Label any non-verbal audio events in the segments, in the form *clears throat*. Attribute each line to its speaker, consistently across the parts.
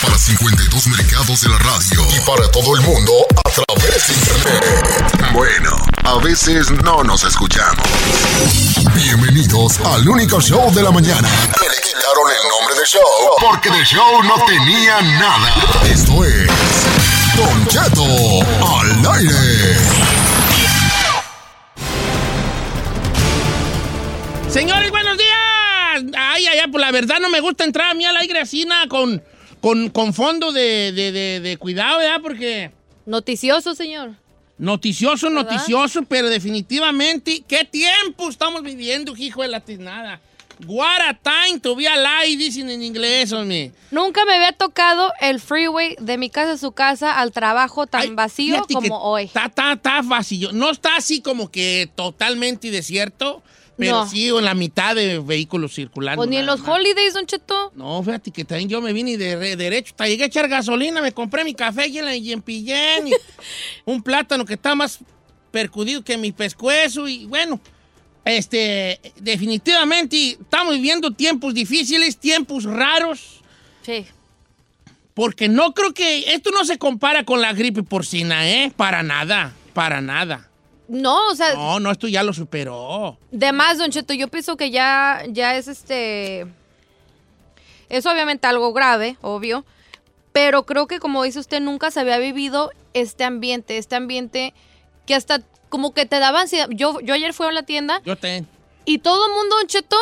Speaker 1: Para 52 mercados de la radio y para todo el mundo a través de internet. Bueno, a veces no nos escuchamos. Bienvenidos al único show de la mañana. Me le quitaron el nombre de show porque de show no tenía nada. Esto es Don Cheto al aire.
Speaker 2: Señores, buenos días. Ay, ay, ay, pues la verdad no me gusta entrar a mí al aire así, nada, con, con, con fondo de, de, de- de cuidado, ¿verdad? Porque
Speaker 3: Noticioso, señor.
Speaker 2: noticioso,
Speaker 3: ¿Verdad?
Speaker 2: noticioso, pero definitivamente, ¿qué tiempo estamos viviendo, hijo de la tiznada? What a time to be alive, dicen en inglés, hombre.
Speaker 3: Nunca me había tocado el freeway de mi casa a su casa al trabajo tan
Speaker 2: Ay,
Speaker 3: vacío
Speaker 2: fíjate que
Speaker 3: como hoy.
Speaker 2: Está, está, está vacío. No está así como que totalmente desierto, pero
Speaker 3: No.
Speaker 2: sí en la mitad de vehículos circulando.
Speaker 3: Pues ni en
Speaker 2: nada
Speaker 3: los
Speaker 2: más.
Speaker 3: holidays, don Cheto.
Speaker 2: No, fíjate que también yo me vine de re- derecho. Hasta llegué a echar gasolina, me compré mi café y en, la, y en Pillén, y un plátano que está más percudido que mi pescuezo. Y bueno, este, definitivamente estamos viviendo tiempos difíciles, tiempos raros,
Speaker 3: Sí.
Speaker 2: porque no creo que. Esto no se compara con la gripe porcina, ¿eh? Para nada, para nada.
Speaker 3: No, o sea,
Speaker 2: No, no, esto ya lo superó.
Speaker 3: de más, don Cheto, yo pienso que ya, ya es este... Es obviamente algo grave, obvio, pero creo que como dice usted, nunca se había vivido este ambiente, este ambiente que hasta como que te daba ansiedad. Yo, yo ayer fui a la tienda
Speaker 2: Yo te.
Speaker 3: Y todo el mundo, Don Cheto,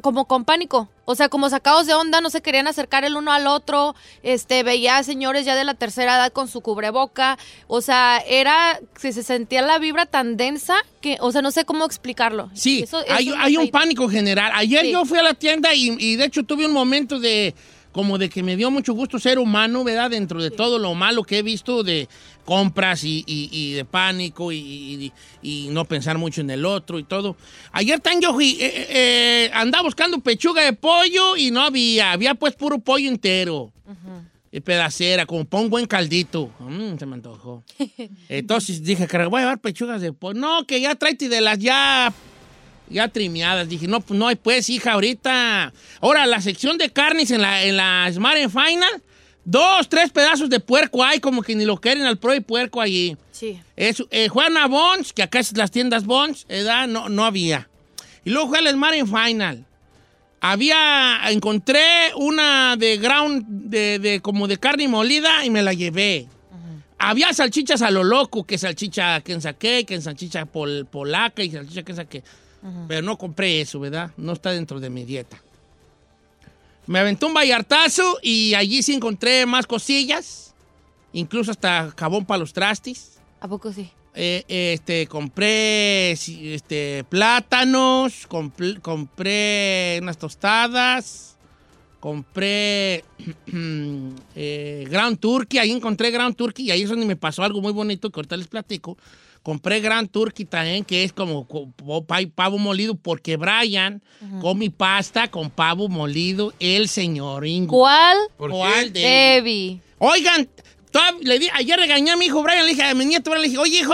Speaker 3: como con pánico. O sea, como sacados de onda, no se querían acercar el uno al otro. Este, veía a señores ya de la tercera edad con su cubreboca. O sea, era. Se, se sentía la vibra tan densa que. O sea, no sé cómo explicarlo.
Speaker 2: Sí,
Speaker 3: Eso- eso
Speaker 2: hay,
Speaker 3: me
Speaker 2: hay un
Speaker 3: feito.
Speaker 2: pánico general. Ayer
Speaker 3: Sí.
Speaker 2: yo fui a la tienda y, y de hecho tuve un momento de como de que me dio mucho gusto ser humano, ¿verdad? Dentro de todo lo malo que he visto de compras y, y- y de pánico y, y- y no pensar mucho en el otro y todo. Ayer tan yo fui, eh, eh, eh, andaba buscando pechuga de pollo y no había, había pues puro pollo entero. Y pedacera, como pongo un buen caldito. Mm, se
Speaker 3: *laughs*
Speaker 2: me antojó. Entonces dije, que voy a llevar pechugas de pollo. No, que ya tráete de las ya ya trimeadas. Dije, no, pues no hay pues, hija, ahorita. Ahora, la sección de carnes en la, en la Smart and Final, dos, tres pedazos de puerco hay, como que ni lo quieren al pro y puerco allí.
Speaker 3: Sí.
Speaker 2: Es, eh, Juana Bonds, que acá es las tiendas Bonds, edad, no, no había. Y luego fue al Smart en Final. Había, encontré una de ground, de, de- como de carne molida y me la llevé. Había salchichas a lo loco, que salchicha que saqué, que salchicha pol- polaca y salchicha que saqué. Pero no compré eso, ¿verdad? No está dentro de mi dieta. Me aventó un vallartazo y allí sí encontré más cosillas, incluso hasta jabón para los trastes.
Speaker 3: ¿A poco sí?
Speaker 2: Eh, este, compré sí, este, plátanos, compl- compré unas tostadas, compré *clears throat* eh, Ground Turkey, ahí encontré Ground Turkey y ahí es donde me pasó algo muy bonito que ahorita les platico. Compré Ground Turkey también, que es como co- po- pa- pavo molido, porque Brian come pasta con pavo molido, el señor Ingo.
Speaker 3: ¿Cuál?
Speaker 2: ¿Cuál de-
Speaker 3: Debbie.
Speaker 2: Oigan, Todavía le di- ayer regañé a mi hijo Brian, le dije a mi nieto Brian, le dije, oye hijo,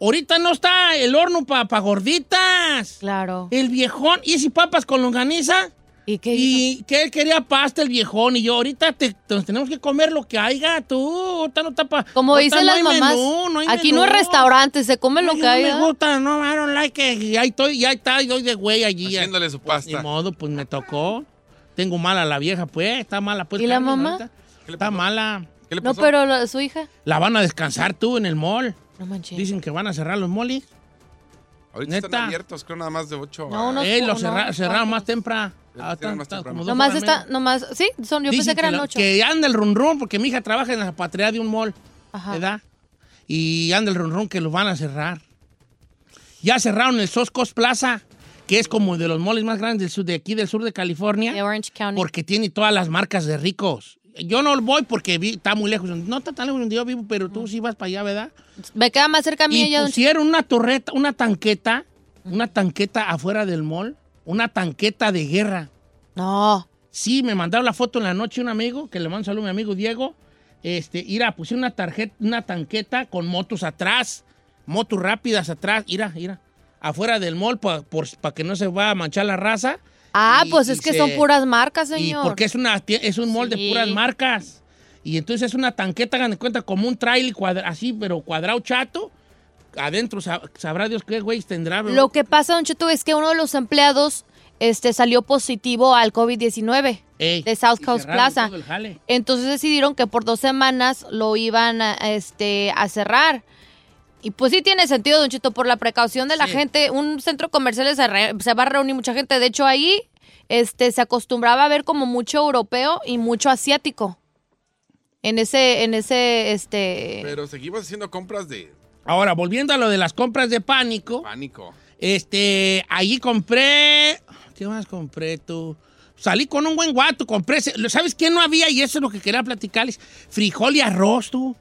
Speaker 2: ahorita no está el horno para gorditas.
Speaker 4: Claro.
Speaker 2: El viejón, ¿y si papas con longaniza?
Speaker 4: ¿Y qué hizo?
Speaker 2: Y que él quería pasta el viejón y yo, ahorita te, nos tenemos que comer lo que haya, tú, ahorita no tapa.
Speaker 3: Como
Speaker 2: ahorita
Speaker 3: dicen
Speaker 2: no
Speaker 3: las
Speaker 2: hay
Speaker 3: mamás,
Speaker 2: menú, hay
Speaker 3: aquí no
Speaker 2: menú.
Speaker 3: es restaurante, se come lo
Speaker 2: Ay,
Speaker 3: que hay.
Speaker 2: No
Speaker 3: ¿verdad?
Speaker 2: me gusta, no, I don't like it. Y ahí estoy, ya está, y doy de güey allí.
Speaker 5: Haciéndole su
Speaker 2: Pues,
Speaker 5: pasta.
Speaker 2: Ni modo, pues me tocó. Tengo mala la vieja, pues, está mala. Pues,
Speaker 3: ¿Y la
Speaker 2: Carmen,
Speaker 3: mamá?
Speaker 2: ahorita.
Speaker 5: ¿Qué le
Speaker 2: Está
Speaker 5: pasó?
Speaker 2: mala.
Speaker 5: ¿Qué le
Speaker 3: No,
Speaker 5: pasó?
Speaker 3: pero la- su hija.
Speaker 2: La van a descansar tú en el mall.
Speaker 3: No manches.
Speaker 2: Dicen que van a cerrar los molis.
Speaker 5: Ahorita están
Speaker 2: neta.
Speaker 5: abiertos, creo nada más de 8
Speaker 3: No, no. Unos
Speaker 2: Eh, los
Speaker 3: cu-
Speaker 2: cerra-
Speaker 3: no,
Speaker 2: cerraron
Speaker 3: cuatro.
Speaker 2: más temprano.
Speaker 5: Ya
Speaker 2: Ah,
Speaker 5: tienen
Speaker 2: están-
Speaker 5: más
Speaker 2: están
Speaker 5: temprano.
Speaker 2: como dos
Speaker 3: Nomás
Speaker 2: horas
Speaker 3: está,
Speaker 2: menos.
Speaker 3: nomás, sí, son, yo
Speaker 2: Dicen
Speaker 3: pensé que eran
Speaker 2: la-
Speaker 3: ocho.
Speaker 2: Que anda el run run, porque mi hija trabaja en la zapatería de un mall,
Speaker 3: Ajá.
Speaker 2: ¿verdad? Y anda el run run que los van a cerrar. Ya cerraron el Soscos Plaza, que es como de los malls más grandes del sur, de aquí del sur de California.
Speaker 3: De Orange County.
Speaker 2: Porque tiene todas las marcas de ricos. Yo no voy porque vi- está muy lejos. No está tan lejos donde yo vivo, pero tú sí vas para allá, ¿verdad?
Speaker 3: Me queda más cerca a mí
Speaker 2: Y pues
Speaker 3: ella. don Ch-
Speaker 2: pusieron una torreta, una tanqueta, una tanqueta afuera del mall, una tanqueta de guerra.
Speaker 3: No.
Speaker 2: Sí, me mandaron la foto en la noche un amigo, que le mando un saludo a mi amigo Diego. Este, ira, puse una tarjeta, una tanqueta con motos atrás, motos rápidas atrás, ira, ira, afuera del mall para que no se va a manchar la raza.
Speaker 3: Ah,
Speaker 2: Y-
Speaker 3: pues
Speaker 2: y
Speaker 3: es que
Speaker 2: se-
Speaker 3: son puras marcas,
Speaker 2: Y
Speaker 3: señor.
Speaker 2: porque es, una, tie- es un mall de
Speaker 3: Sí.
Speaker 2: puras marcas. Y entonces es una tanqueta, hagan de cuenta, como un trailer cuadra- así, pero cuadrado chato. Adentro sab- sabrá Dios qué güey tendrá. ¿verdad?
Speaker 3: Lo que pasa, Don Cheto, es que uno de los empleados este, salió positivo al COVID-19
Speaker 2: Ey,
Speaker 3: de South
Speaker 2: y
Speaker 3: Coast
Speaker 2: cerraron
Speaker 3: Plaza.
Speaker 2: todo el jale.
Speaker 3: Entonces decidieron que por dos semanas lo iban a, a, este, a cerrar. Y pues sí tiene sentido, Don Chito, por la precaución de la
Speaker 2: Sí.
Speaker 3: gente. Un centro comercial se, re- se va a reunir mucha gente. De hecho, ahí este, se acostumbraba a ver como mucho europeo y mucho asiático. En ese, en ese, este...
Speaker 5: Pero seguimos haciendo compras de
Speaker 2: Ahora, volviendo a lo de las compras de pánico.
Speaker 5: pánico.
Speaker 2: Este, allí compré. ¿Qué más compré tú? Salí con un buen guato, compré. ese- ¿Sabes qué no había? Y eso es lo que quería platicarles. Frijol y arroz, tú.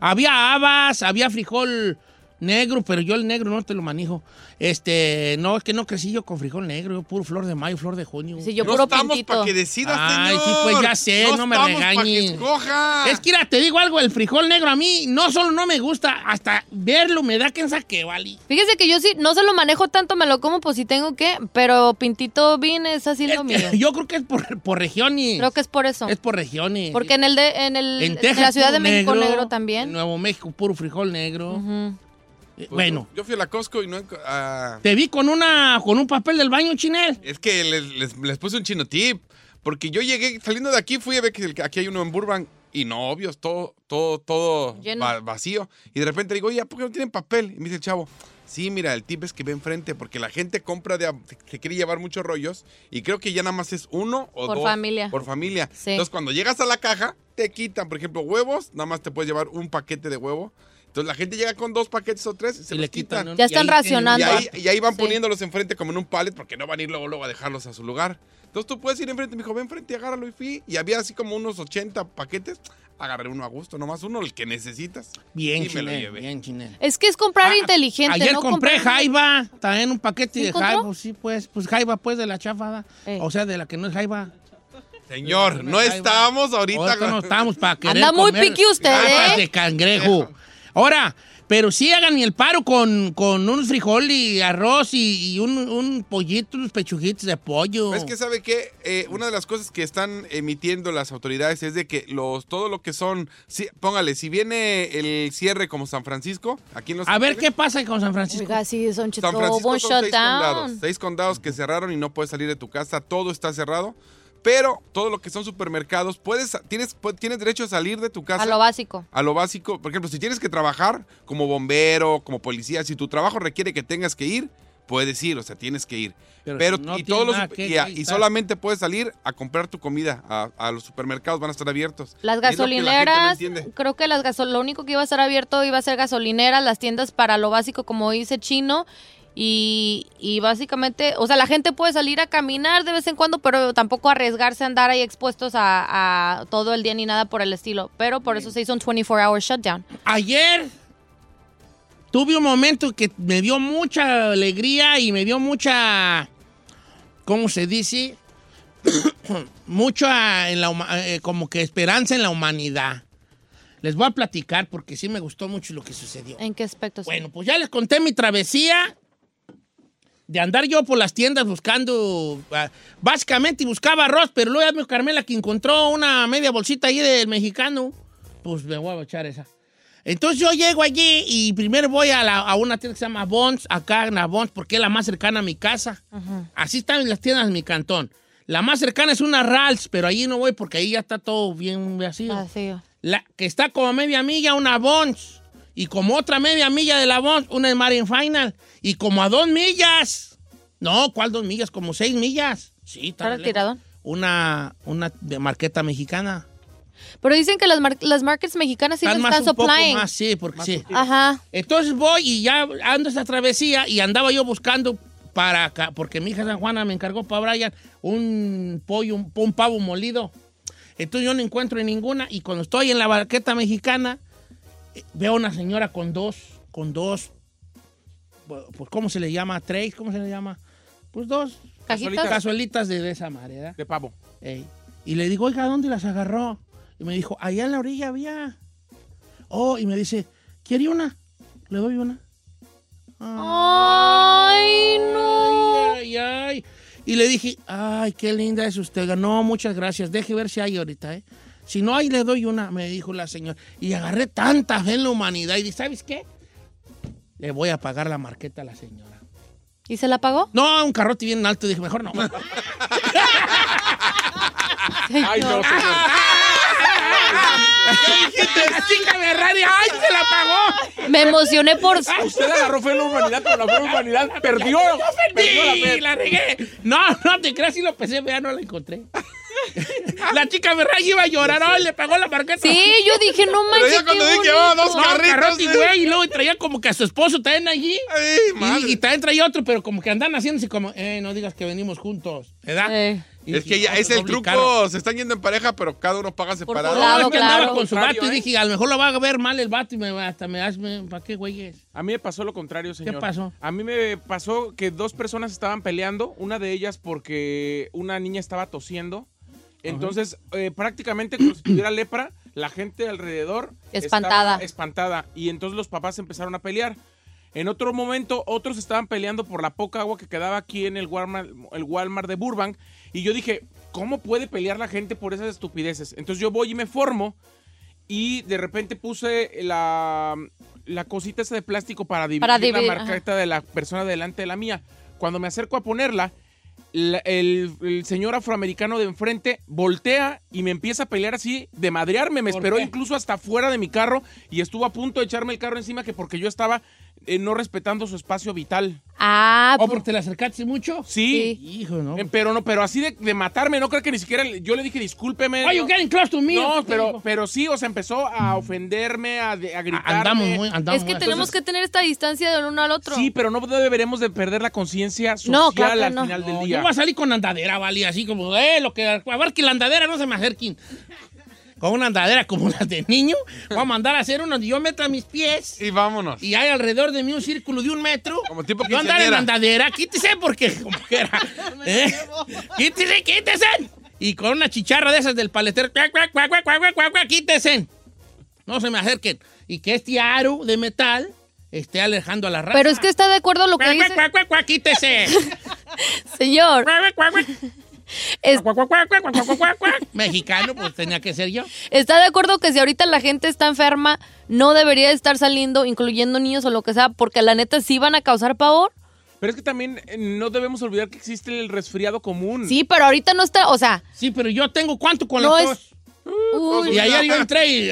Speaker 2: Había habas, había frijol negro, pero yo el negro no te lo manejo. Este, no, es que no crecí yo con frijol negro, yo puro flor de mayo, flor de junio.
Speaker 3: sí, yo
Speaker 5: no
Speaker 3: puro
Speaker 5: estamos
Speaker 3: pintito.
Speaker 5: para que decidas,
Speaker 2: Ay,
Speaker 5: señor.
Speaker 2: sí, pues, ya sé, no me
Speaker 5: estamos pa'
Speaker 2: regañen.
Speaker 5: que
Speaker 3: Ah.
Speaker 5: escoja.
Speaker 2: Es que, mira, te digo algo, el frijol negro a mí no solo no me gusta, hasta verlo me da que saque, vale.
Speaker 3: Fíjese que yo sí, no se lo manejo tanto, me lo como pues si tengo que, pero pintito bean es así
Speaker 2: Es
Speaker 3: lo mío.
Speaker 2: que- *laughs* yo creo que es por, por regiones.
Speaker 3: Creo que es por eso.
Speaker 2: es por regiones.
Speaker 3: Porque en el de, en el
Speaker 2: En
Speaker 3: de
Speaker 2: Texas,
Speaker 3: la Ciudad de
Speaker 2: puro
Speaker 3: México negro, también.
Speaker 2: En Nuevo México, puro frijol negro.
Speaker 3: Ujú.
Speaker 2: Eh,
Speaker 5: Pues,
Speaker 2: bueno,
Speaker 5: Yo fui a la Costco y no. enco- ah,
Speaker 2: te vi con una con un papel del baño, Chinel.
Speaker 5: es que les, les- les puse un chino tip. Porque yo llegué, saliendo de aquí, fui a ver que el- aquí hay uno en Burbank. Y no, obvio, es todo, todo, todo
Speaker 3: Lleno.
Speaker 5: va- vacío. Y de repente digo, oye, ¿por qué no tienen papel? Y me dice el chavo, sí, mira, el tip es que ve enfrente, porque la gente compra de, a- se, se quiere llevar muchos rollos. Y creo que ya nada más es uno o
Speaker 3: Por
Speaker 5: dos.
Speaker 3: familia.
Speaker 5: Por familia.
Speaker 3: Sí.
Speaker 5: Entonces, cuando llegas a la caja, te quitan, por ejemplo, huevos, nada más te puedes llevar un paquete de huevo. Entonces, la gente llega con dos paquetes o tres y se
Speaker 2: Y
Speaker 5: los quitan.
Speaker 2: un-
Speaker 3: Ya están
Speaker 2: y ahí
Speaker 5: Y
Speaker 3: racionando.
Speaker 2: tienen-
Speaker 5: ahí, y ahí van
Speaker 3: Sí.
Speaker 5: poniéndolos enfrente como en un pallet porque no van a ir luego, luego a dejarlos a su lugar. Entonces tú puedes ir enfrente. Me dijo, ven enfrente, agárralo y fui. Y había así como unos 80 paquetes. Agarré uno a gusto, nomás uno, el que necesitas.
Speaker 2: Bien,
Speaker 5: y me lo
Speaker 2: Chinel,
Speaker 5: llevé.
Speaker 2: bien, Chinel.
Speaker 3: Es que es comprar
Speaker 2: Ah,
Speaker 3: inteligente.
Speaker 2: Ayer
Speaker 3: no
Speaker 2: compré
Speaker 3: comprar-
Speaker 2: jaiba, también un paquete
Speaker 3: ¿Sí
Speaker 2: de
Speaker 3: encontró?
Speaker 2: jaiba, sí, pues, pues jaiba, pues, de la chafada.
Speaker 3: Eh.
Speaker 2: O sea, de la que no es jaiba.
Speaker 5: Señor, no
Speaker 2: Ahí va.
Speaker 5: estábamos ahorita.
Speaker 2: Ahorita no estamos para querer
Speaker 3: Anda muy
Speaker 2: comer
Speaker 3: piqui usted,
Speaker 2: papas
Speaker 3: ¿eh?
Speaker 2: de cangrejo. Ahora, pero sí hagan el paro con, con un frijol y arroz y, y un, un pollito, unos pechuguitos de pollo.
Speaker 5: Es que sabe que una de las cosas que están emitiendo las autoridades es de que los todo lo que son, sí, póngale, si viene el cierre como San Francisco, aquí en los
Speaker 2: A ver
Speaker 5: Ángeles,
Speaker 2: qué pasa con San Francisco.
Speaker 3: Oiga, sí, son chito,
Speaker 5: San Francisco
Speaker 3: bon
Speaker 5: son seis condados.
Speaker 3: shutdown.
Speaker 5: Seis condados que cerraron y no puedes salir de tu casa. Todo está cerrado. Pero todo lo que son supermercados, puedes, tienes, pu- tienes derecho a salir de tu casa.
Speaker 3: A lo básico.
Speaker 5: a lo básico. Por ejemplo, si tienes que trabajar como bombero, como policía, si tu trabajo requiere que tengas que ir, puedes ir, o sea, tienes que ir.
Speaker 2: Pero
Speaker 5: Pero,
Speaker 2: si no
Speaker 5: y,
Speaker 2: tienes
Speaker 5: todos los
Speaker 2: nada
Speaker 5: supe-
Speaker 2: que-
Speaker 5: y a-
Speaker 2: ahí
Speaker 5: y
Speaker 2: está.
Speaker 5: solamente puedes salir a comprar tu comida. A, a los supermercados van a estar abiertos.
Speaker 3: Las
Speaker 5: Y es lo que la gente no
Speaker 3: gasolineras,
Speaker 5: entiende.
Speaker 3: creo que las gasol lo único que iba a estar abierto iba a ser gasolineras, las tiendas para lo básico, como dice Chino. Y, y básicamente, o sea, la gente puede salir a caminar de vez en cuando, pero tampoco arriesgarse a andar ahí expuestos a, a todo el día ni nada por el estilo. Pero por eso se hizo un 24-hour shutdown.
Speaker 2: Ayer tuve un momento que me dio mucha alegría y me dio mucha, ¿cómo se dice? *coughs* Mucha, en la huma- eh, como que esperanza en la humanidad. Les voy a platicar porque sí me gustó mucho lo que sucedió.
Speaker 3: ¿En qué aspecto?
Speaker 2: Bueno, pues ya les conté mi travesía de andar yo por las tiendas buscando, ah, básicamente buscaba arroz, pero luego ya mi Carmela que encontró una media bolsita ahí del mexicano, pues me voy a echar esa. Entonces yo llego allí y primero voy a, la- a una tienda que se llama Bonds, acá en la Bonds, porque es la más cercana a mi casa. Así están las tiendas de mi cantón. La más cercana es una Rals, pero allí no voy porque ahí ya está todo bien
Speaker 3: Ah,
Speaker 2: vacío.
Speaker 3: Vacío.
Speaker 2: La que está como a media milla, una Bonds. Y como otra media milla de la Bonds, una de Marine Final. Y como a dos millas. No, ¿cuál dos millas? Como seis millas. Sí, está
Speaker 3: ¿Para
Speaker 2: lejos.
Speaker 3: tiradón?
Speaker 2: Una, una de marqueta mexicana.
Speaker 3: Pero dicen que las, mar- las markets mexicanas sí les están
Speaker 2: un poco
Speaker 3: supplying.
Speaker 2: más, sí, porque sí.
Speaker 3: Ajá.
Speaker 2: Entonces voy y ya ando esa travesía y andaba yo buscando para acá, porque mi hija San Juana me encargó para Brian un pollo, un, un pavo molido. Entonces yo no encuentro ninguna y cuando estoy en la barqueta mexicana eh, veo una señora con dos, con dos, bu- pues ¿cómo se le llama? ¿Tres? ¿Cómo se le llama? Pues dos
Speaker 3: ¿Cajitas?
Speaker 2: cazuelitas de, de esa manera.
Speaker 5: De pavo.
Speaker 2: Ey. Y le digo, oiga, ¿dónde las agarró? Y me dijo, allá en la orilla había. Oh, y me dice, ¿quiere una? Le doy una.
Speaker 3: Ay, no.
Speaker 2: Ay, ay. Y le dije, ay, qué linda es usted. Oiga, No, muchas gracias. Deje ver si hay ahorita, ¿eh? Si no hay, le doy una, me dijo la señora. Y agarré tanta fe en la humanidad. Y dije, ¿sabes qué? Le voy a pagar la marqueta a la señora.
Speaker 3: ¿Y se la pagó?
Speaker 2: No, un carrote bien alto. Dije, mejor
Speaker 5: *laughs*
Speaker 2: no.
Speaker 5: Ay, no, *laughs* señor.
Speaker 2: ¿Qué dijiste? Chica de radio. ¡Ay, se la pagó!
Speaker 3: Me emocioné por...
Speaker 5: Usted agarró fe en la humanidad, pero la fe en la humanidad perdió. Perdió la
Speaker 2: ¡Sí!
Speaker 5: fe.
Speaker 2: La regué. No, no te creas, si lo pensé, vea, no la encontré. la chica me iba a llorar, ay, le pagó la marqueta.
Speaker 3: Sí, yo dije, no
Speaker 5: Pero
Speaker 3: manches,
Speaker 5: ya cuando
Speaker 3: qué
Speaker 5: dije, oh, dos
Speaker 3: bonito.
Speaker 2: No,
Speaker 5: carritos.
Speaker 2: Carrotti,
Speaker 5: sí.
Speaker 2: güey, y luego traía como que a su esposo también allí.
Speaker 5: Ay, madre.
Speaker 2: Y, y también traía otro, pero como que andan haciéndose como, eh, no digas que venimos juntos, ¿verdad?
Speaker 3: Eh.
Speaker 2: Y-
Speaker 5: es
Speaker 2: y
Speaker 5: que ya
Speaker 2: otro
Speaker 5: es el
Speaker 2: doble
Speaker 5: truco.
Speaker 2: carro.
Speaker 5: Se están yendo en pareja, pero cada uno paga separado.
Speaker 2: No,
Speaker 3: Claro,
Speaker 2: es que andaba
Speaker 3: claro.
Speaker 2: con su vato y
Speaker 4: Contrario, ¿eh?
Speaker 2: dije, a lo mejor lo va a ver mal el vato y me, va- hasta me hace, ¿para qué güey es?
Speaker 4: A mí me pasó lo contrario, señor.
Speaker 2: pasó?
Speaker 4: A mí me pasó que dos personas estaban peleando, una de ellas porque una niña estaba tosiendo. Entonces, eh, prácticamente como si tuviera lepra, la gente alrededor
Speaker 3: Espantada.
Speaker 4: estaba espantada y entonces los papás empezaron a pelear. En otro momento, otros estaban peleando por la poca agua que quedaba aquí en el Walmart, el Walmart de Burbank. Y yo dije, ¿cómo puede pelear la gente por esas estupideces? Entonces yo voy y me formo y de repente puse la, la cosita esa de plástico para dividir,
Speaker 3: Para dividir,
Speaker 4: la marqueta de la persona delante de la mía. Cuando me acerco a ponerla, la- el, el señor afroamericano de enfrente voltea y me empieza a pelear así de madrearme. Me
Speaker 2: ¿Por
Speaker 4: esperó
Speaker 2: qué?
Speaker 4: incluso hasta fuera de mi carro y estuvo a punto de echarme el carro encima que porque yo estaba eh, no respetando su espacio vital.
Speaker 3: Ah,
Speaker 2: ¿O
Speaker 3: por-
Speaker 2: porque Oh, te le acercaste mucho?
Speaker 4: Sí.
Speaker 2: Hijo, no.
Speaker 4: Eh, Pero no, pero así de, de matarme, no creo que ni siquiera le- yo le dije discúlpeme.
Speaker 2: Are
Speaker 4: no.
Speaker 2: you getting close to me?
Speaker 4: No, pero,
Speaker 2: Digo,
Speaker 4: pero sí, o sea, empezó a ofenderme, a, de- a gritarme.
Speaker 2: Ah, Andamos muy, andamos
Speaker 3: es que
Speaker 2: muy-
Speaker 3: tenemos
Speaker 2: Entonces-
Speaker 3: que tener esta distancia del uno al otro.
Speaker 4: Sí, pero no deberemos de perder la conciencia social
Speaker 3: No, claro que
Speaker 4: al
Speaker 3: no.
Speaker 4: final del
Speaker 2: No,
Speaker 4: día.
Speaker 2: Yo voy a salir con andadera, vale, así como, eh, lo que, a ver que la andadera no se me acerquen. Con una andadera como las de niño, voy a mandar a hacer uno donde yo meta mis pies
Speaker 5: Y vámonos.
Speaker 2: y hay alrededor de mí un círculo de un metro.
Speaker 5: Como tipo
Speaker 2: Yo andar en
Speaker 5: quinceañera.
Speaker 2: andadera, quítese porque como quiera. ¿eh? Quítese, quítese. Y con una chicharra de esas del paletero, cuac, cuac, cuac, cuac, cuac, cuac, cuac, cuac, quítese. No se me acerquen. Y que este aro de metal esté alejando a la raza.
Speaker 3: Pero es que está de acuerdo lo que
Speaker 2: Cuac, cuac,
Speaker 3: dice...
Speaker 2: cuac, cuac,
Speaker 3: *laughs*
Speaker 2: cuac, quítese.
Speaker 3: Señor,
Speaker 2: Cuac, cuac, cuac.
Speaker 3: es-
Speaker 2: Cuac, cuac, cuac, cuac, cuac, cuac, cuac, cuac. Mexicano, pues tenía que ser yo.
Speaker 3: está de acuerdo que si ahorita la gente está enferma, no debería de estar saliendo, incluyendo niños o lo que sea, porque la neta sí van a causar pavor.
Speaker 4: Pero es que también eh, no debemos olvidar que existe el resfriado común.
Speaker 3: Sí, pero ahorita no está, o sea,
Speaker 2: Sí, pero yo tengo cuánto con
Speaker 3: No
Speaker 2: las
Speaker 3: es-
Speaker 2: dos.
Speaker 3: uy,
Speaker 2: Y ayer yo entré y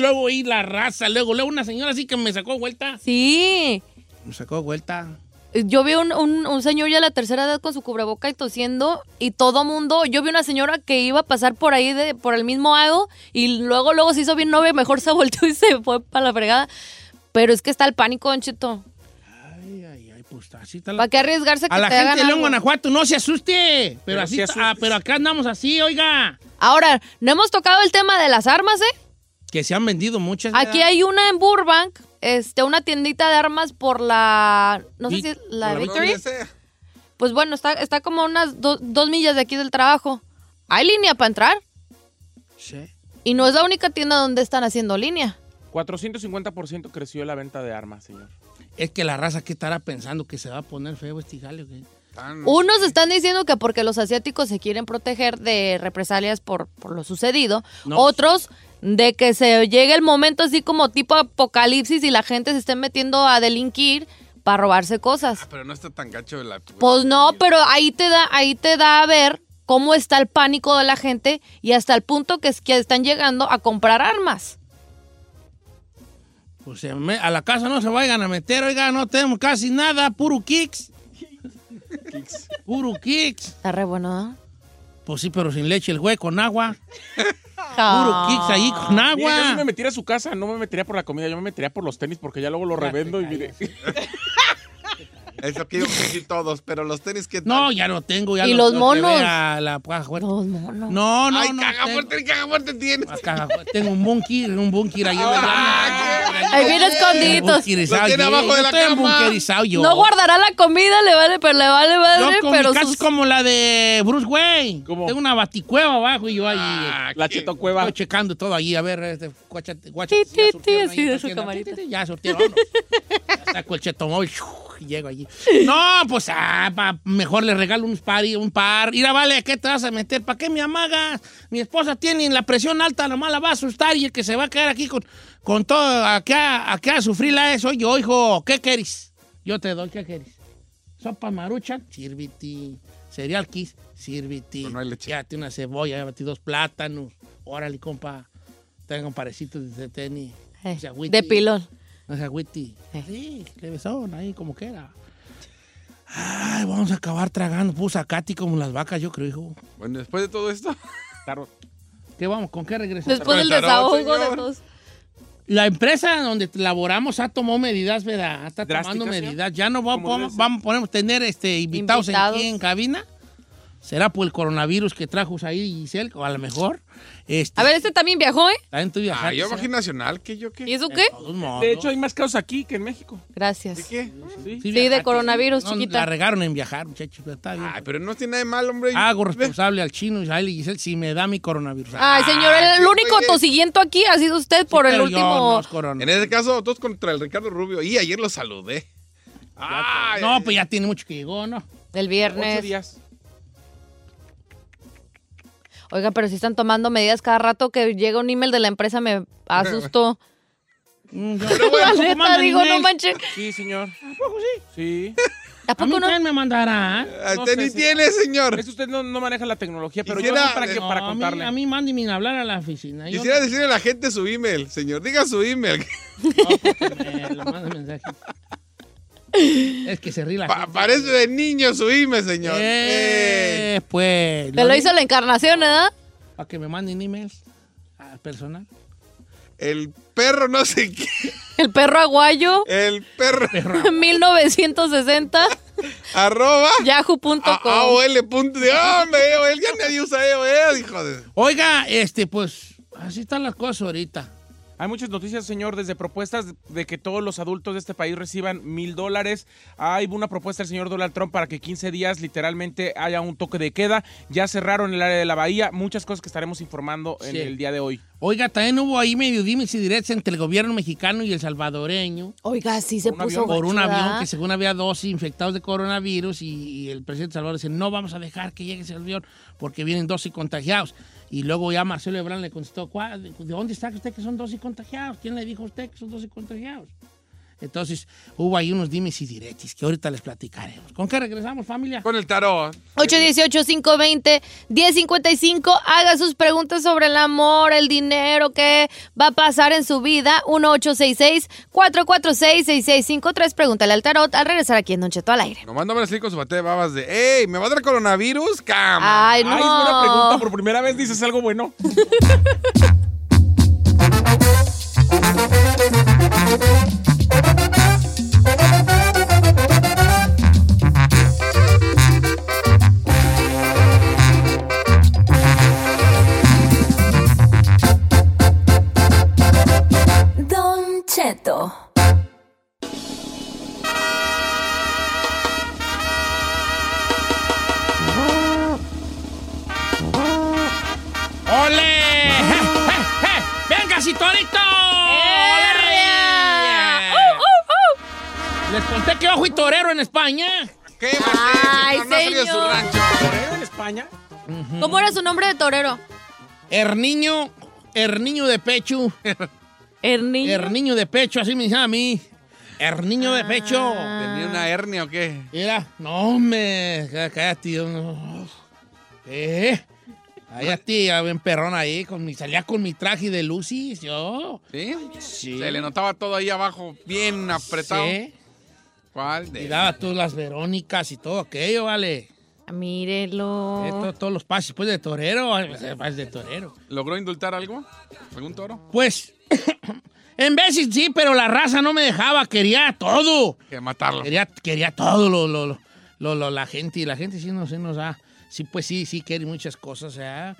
Speaker 2: luego *coughs* y la raza, luego, luego una señora así que me sacó vuelta.
Speaker 3: sí.
Speaker 2: Me sacó vuelta.
Speaker 3: Yo vi un, un- un señor ya de la tercera edad con su cubreboca y tosiendo y todo mundo, yo vi una señora que iba a pasar por ahí de, por el mismo hago y luego luego se hizo bien novia, mejor se volteó y se fue para la fregada. Pero es que está el pánico, Don Cheto.
Speaker 2: Ay, ay, ay, pues así está
Speaker 3: ¿Para
Speaker 2: la...
Speaker 3: qué arriesgarse que
Speaker 2: A la
Speaker 3: te
Speaker 2: gente
Speaker 3: hagan
Speaker 2: de León,
Speaker 3: algo?
Speaker 2: Guanajuato, no se asuste. Pero,
Speaker 4: Pero
Speaker 2: así
Speaker 4: sí
Speaker 2: está-
Speaker 4: asustes.
Speaker 2: ah, pero acá andamos así, oiga.
Speaker 3: Ahora, no hemos tocado el tema de las armas, ¿eh?
Speaker 2: Que se han vendido muchas.
Speaker 3: Aquí
Speaker 2: ¿verdad?
Speaker 3: hay una en Burbank, este, una tiendita de armas por la, no sé
Speaker 2: Vi-
Speaker 3: si es la
Speaker 5: No,
Speaker 3: Victory.
Speaker 5: ya sé.
Speaker 3: Pues bueno, está, está como a unas do- dos millas de aquí del trabajo. ¿Hay línea para entrar?
Speaker 2: Sí.
Speaker 3: Y no es la única tienda donde están haciendo línea.
Speaker 4: 450% creció la venta de armas, señor.
Speaker 2: Es que la raza que estará pensando que se va a poner feo este jale. o qué?
Speaker 5: Tan-
Speaker 3: Unos están diciendo que porque los asiáticos se quieren proteger de represalias por, por lo sucedido.
Speaker 2: No.
Speaker 3: Otros de que se llegue el momento así como tipo apocalipsis y la gente se esté metiendo a delinquir para robarse cosas.
Speaker 5: Pero no está tan gacho de la.
Speaker 3: Pues no, pero ahí te da, ahí te da a ver cómo está el pánico de la gente y hasta el punto que, es que están llegando a comprar armas.
Speaker 2: Pues se me- a la casa no se vayan a meter, oiga, no tenemos casi nada, puro kicks. puro kicks.
Speaker 3: Está re bueno, ¿eh?
Speaker 2: Pues sí, pero sin leche el güey, con agua.
Speaker 3: Ah.
Speaker 2: Puro kicks ahí con
Speaker 4: Mira, yo si me
Speaker 2: agua.
Speaker 4: metiera a su casa, no me metería por la comida, yo me metería por los tenis porque ya luego los revendo y mire.
Speaker 5: Eso quiero decir todos, pero los tenis que.
Speaker 2: No, ya lo tengo, ya
Speaker 3: ¿Y
Speaker 2: lo
Speaker 3: los
Speaker 2: lo que
Speaker 3: monos?
Speaker 2: vea la caja fuerte.
Speaker 3: Los monos.
Speaker 2: No, no,
Speaker 5: Ay,
Speaker 2: no.
Speaker 5: caja
Speaker 2: tengo-
Speaker 5: fuerte, caja fuerte tienes.
Speaker 2: la caja fuerte. Tengo un bunker, un bunker ahí. en la llama.
Speaker 3: Ahí viene
Speaker 2: Tengo
Speaker 3: escondiditos.
Speaker 2: bunkerizado,
Speaker 5: Ah, Lo tiene
Speaker 2: yo-
Speaker 5: abajo
Speaker 2: yo
Speaker 5: de la
Speaker 2: estoy en
Speaker 5: cama.
Speaker 2: bunkerizado yo.
Speaker 3: No guardará la comida, le vale, pero le vale,
Speaker 2: Yo
Speaker 3: vale,
Speaker 2: con mi
Speaker 3: pero
Speaker 2: casa
Speaker 3: sus-
Speaker 2: como la de Bruce Wayne.
Speaker 4: ¿Cómo? Ah,
Speaker 2: Tengo una baticueva abajo y yo ahí. eh,
Speaker 4: *laughs* La Cheto Cueva.
Speaker 2: Estoy checando todo ahí, a ver, este, guáchate, guáchate,
Speaker 3: Ti,
Speaker 2: si ya
Speaker 3: ti,
Speaker 2: surtieron
Speaker 3: ti,
Speaker 2: ahí,
Speaker 3: así de
Speaker 2: está
Speaker 3: su
Speaker 2: haciendo,
Speaker 3: camarita.
Speaker 2: ti, ti, ti, Ya surtieron, vámonos. Ya saco el chetomóvil y llego allí. No, pues ah, pa- mejor le regalo un par, y- un par. Mira, vale, ¿qué te vas a meter? ¿Para qué me amagas? Mi esposa tiene la presión alta, nomás la va a asustar y el que se va a quedar aquí con, con todo, acá, acá a sufrirla es, oye, hijo, ¿qué querís? Yo te doy, ¿qué querís? Sopa marucha, sírviti. Cereal kiss, sírviti.
Speaker 5: Pero no hay leche.
Speaker 2: Llévate una cebolla, llévate dos plátanos. Órale, compa. Tengo un parecito de tenis.
Speaker 3: Eh,
Speaker 2: Ese agüiti.
Speaker 3: de pilón.
Speaker 2: Ese agüiti.
Speaker 3: Eh.
Speaker 2: Sí, le besón, ahí como quiera. Ay, vamos a acabar tragando. Puse a Katy como las vacas, yo creo, hijo.
Speaker 5: Bueno, después de todo esto.
Speaker 4: Tarro.
Speaker 2: ¿Qué vamos? ¿Con qué regresamos?
Speaker 3: Después del
Speaker 5: Tarot,
Speaker 3: desahogo de
Speaker 5: señor.
Speaker 3: todos.
Speaker 2: La empresa donde laboramos ha tomado medidas, ¿verdad? Está
Speaker 4: Drásticas,
Speaker 2: tomando
Speaker 4: ¿sí?
Speaker 2: medidas. Ya no vamos,
Speaker 4: Como debe
Speaker 2: vamos,
Speaker 4: ser.
Speaker 2: vamos- podemos tener este, invitados,
Speaker 3: Invitados.
Speaker 2: En, en cabina. ¿Será por el coronavirus que trajo ahí Giselle? O a lo mejor. Este,
Speaker 3: A ver, este también viajó, ¿eh?
Speaker 2: También tú
Speaker 5: Ah,
Speaker 2: viajaste,
Speaker 5: yo
Speaker 2: ¿sí?
Speaker 5: bajé nacional, que yo
Speaker 3: ¿Y
Speaker 5: qué.
Speaker 3: eso
Speaker 2: De
Speaker 3: qué?
Speaker 2: todos modos.
Speaker 4: De hecho, hay más casos aquí que en México.
Speaker 5: ¿De
Speaker 3: Gracias.
Speaker 5: qué?
Speaker 4: Sí.
Speaker 3: Sí, de
Speaker 2: viajaste,
Speaker 3: coronavirus,
Speaker 2: No,
Speaker 3: chiquita.
Speaker 2: La regaron en viajar, muchachos. pero Está bien.
Speaker 5: Ay, Ah, pero no tiene nada de mal, hombre.
Speaker 2: Hago
Speaker 5: Ve.
Speaker 2: responsable al chino, Israel y Giselle, si me da mi coronavirus.
Speaker 3: Ay, señor, el,
Speaker 5: qué
Speaker 3: único
Speaker 5: güey.
Speaker 3: tosiguiento aquí ha sido usted Ah, por
Speaker 2: Ah, Sí,
Speaker 3: el
Speaker 2: pero yo no
Speaker 3: último.
Speaker 2: es corona.
Speaker 5: En ese caso, todos contra el Ricardo Rubio. Y ayer lo saludé. Ay,
Speaker 2: No, pues ya tiene mucho que llegó, ¿no?
Speaker 3: El
Speaker 4: Ocho
Speaker 3: viernes.
Speaker 4: días.
Speaker 3: Oiga, pero si están tomando medidas cada rato que llega un email de la empresa, me asustó.
Speaker 2: Mm,
Speaker 3: La
Speaker 2: yo- *laughs* ¿Cómo
Speaker 3: neta,
Speaker 2: mandan
Speaker 3: digo, no
Speaker 2: email?
Speaker 3: manches.
Speaker 4: Sí, señor.
Speaker 2: Tampoco sí.
Speaker 4: Sí.
Speaker 5: *laughs*
Speaker 3: ¿A
Speaker 2: ¿A mí
Speaker 3: poco no?
Speaker 2: quién me mandará?
Speaker 5: Ah,
Speaker 4: No
Speaker 5: usted
Speaker 4: sé,
Speaker 5: ni
Speaker 4: sí.
Speaker 5: tiene, señor.
Speaker 4: Es que usted no, no maneja la tecnología, pero yo
Speaker 5: Quisiera-
Speaker 4: sé para, qué,
Speaker 2: No,
Speaker 4: para
Speaker 2: a mí-
Speaker 4: contarle.
Speaker 2: A mí, manden ni hablar a la oficina. Yo
Speaker 5: Quisiera decirle a la gente su email, señor. Diga su email.
Speaker 2: *laughs* me lo manda
Speaker 5: *laughs*
Speaker 2: mensaje. Es que se ríe la
Speaker 5: Pa-
Speaker 2: gente.
Speaker 5: parece de niño su email, señor. Eh.
Speaker 2: Eh, pues.
Speaker 3: Te lo hizo la encarnación, ¿eh? ¿verdad?
Speaker 2: Para que me manden emails al personal.
Speaker 5: El perro no sé qué.
Speaker 3: El perro
Speaker 2: *laughs*
Speaker 3: aguayo,
Speaker 5: El perro.
Speaker 3: 1960,
Speaker 5: Arroba.
Speaker 3: yahoo.com.
Speaker 2: Ah,
Speaker 5: a- AOL. punto de- ¡Ah, hombre, AOL! Ya nadie usa AOL, hijo de.
Speaker 2: Oiga, este, pues. Así están las cosas ahorita.
Speaker 4: Hay muchas noticias, señor, desde propuestas de que todos los adultos de este país reciban mil dólares. Hay una propuesta del señor Donald Trump para que 15 días literalmente haya un toque de queda. Ya cerraron el área de la bahía. Muchas cosas que estaremos informando en
Speaker 2: Sí.
Speaker 4: el día de hoy.
Speaker 2: Oiga, también hubo ahí medio dimes y directs entre el gobierno mexicano y el salvadoreño.
Speaker 3: Oiga, sí se
Speaker 4: Por un
Speaker 3: puso
Speaker 4: avión.
Speaker 2: por un
Speaker 3: gacho,
Speaker 2: avión
Speaker 3: ¿verdad?
Speaker 2: que según había dos infectados de coronavirus y, y el presidente Salvador dice, no vamos a dejar que llegue ese avión porque vienen dos y contagiados. Y luego ya Marcelo Ebrán le contestó, "¿Cuál- ¿de dónde está usted que son dos y contagiados? ¿Quién le dijo a usted que son dos y contagiados? Entonces hubo ahí unos dimes y diretis que ahorita les platicaremos. ¿Con qué regresamos, familia?
Speaker 5: Con el tarot.
Speaker 3: 818-520-1055. Haga sus preguntas sobre el amor, el dinero, qué va a pasar en su vida. 1866-446-6653. Pregúntale al tarot al regresar aquí en Don Cheto al aire.
Speaker 5: Nomás no van a salir con su bate de babas de. ¡Ey! ¿Me va a dar coronavirus? ¡Cama!
Speaker 3: Ay,
Speaker 4: Ay, es buena pregunta.
Speaker 3: no.
Speaker 4: Por primera vez dices algo bueno.
Speaker 6: Don Cheto.
Speaker 2: ¡Ole! Torito!
Speaker 3: ¡Ea!
Speaker 2: ¡Ole! Les conté que ojo y torero en España.
Speaker 5: ¿Qué más
Speaker 3: Ay,
Speaker 5: es, señor? No ha salido de su
Speaker 3: señor.
Speaker 5: rancho.
Speaker 4: ¿Torero en España?
Speaker 3: ¿Cómo era su nombre de torero?
Speaker 2: Herniño, Herniño de pecho.
Speaker 3: Ernie.
Speaker 2: Herniño de pecho, así me dicen a mí. Herniño de pecho.
Speaker 4: Ah.
Speaker 5: ¿Tenía
Speaker 2: Ah.
Speaker 5: una hernia o qué?
Speaker 2: Mira, no me. Cállate, yo no. ¿Eh? Cállate, ya ven perrón ahí. Con mi, salía con mi traje de Lucy, yo.
Speaker 5: ¿Sí?
Speaker 2: Sí.
Speaker 5: Se le notaba todo ahí abajo, bien apretado.
Speaker 2: Sí.
Speaker 5: ¿Cuál?
Speaker 2: Y
Speaker 5: De...
Speaker 2: daba tú las Verónicas y todo aquello, vale.
Speaker 3: Ah, Mírelo.
Speaker 2: Esto, todos los pases, pues de torero, pases de torero.
Speaker 5: ¿Logró indultar algo? ¿Algún toro?
Speaker 2: Pues, *coughs* en veces sí, pero la raza no me dejaba, quería todo.
Speaker 5: Que matarlo.
Speaker 2: Quería, quería todo lo, lo, lo- lo- lo- la gente, y la gente sí nos, sí nos da, sí, pues sí, sí quiere muchas cosas, o sea,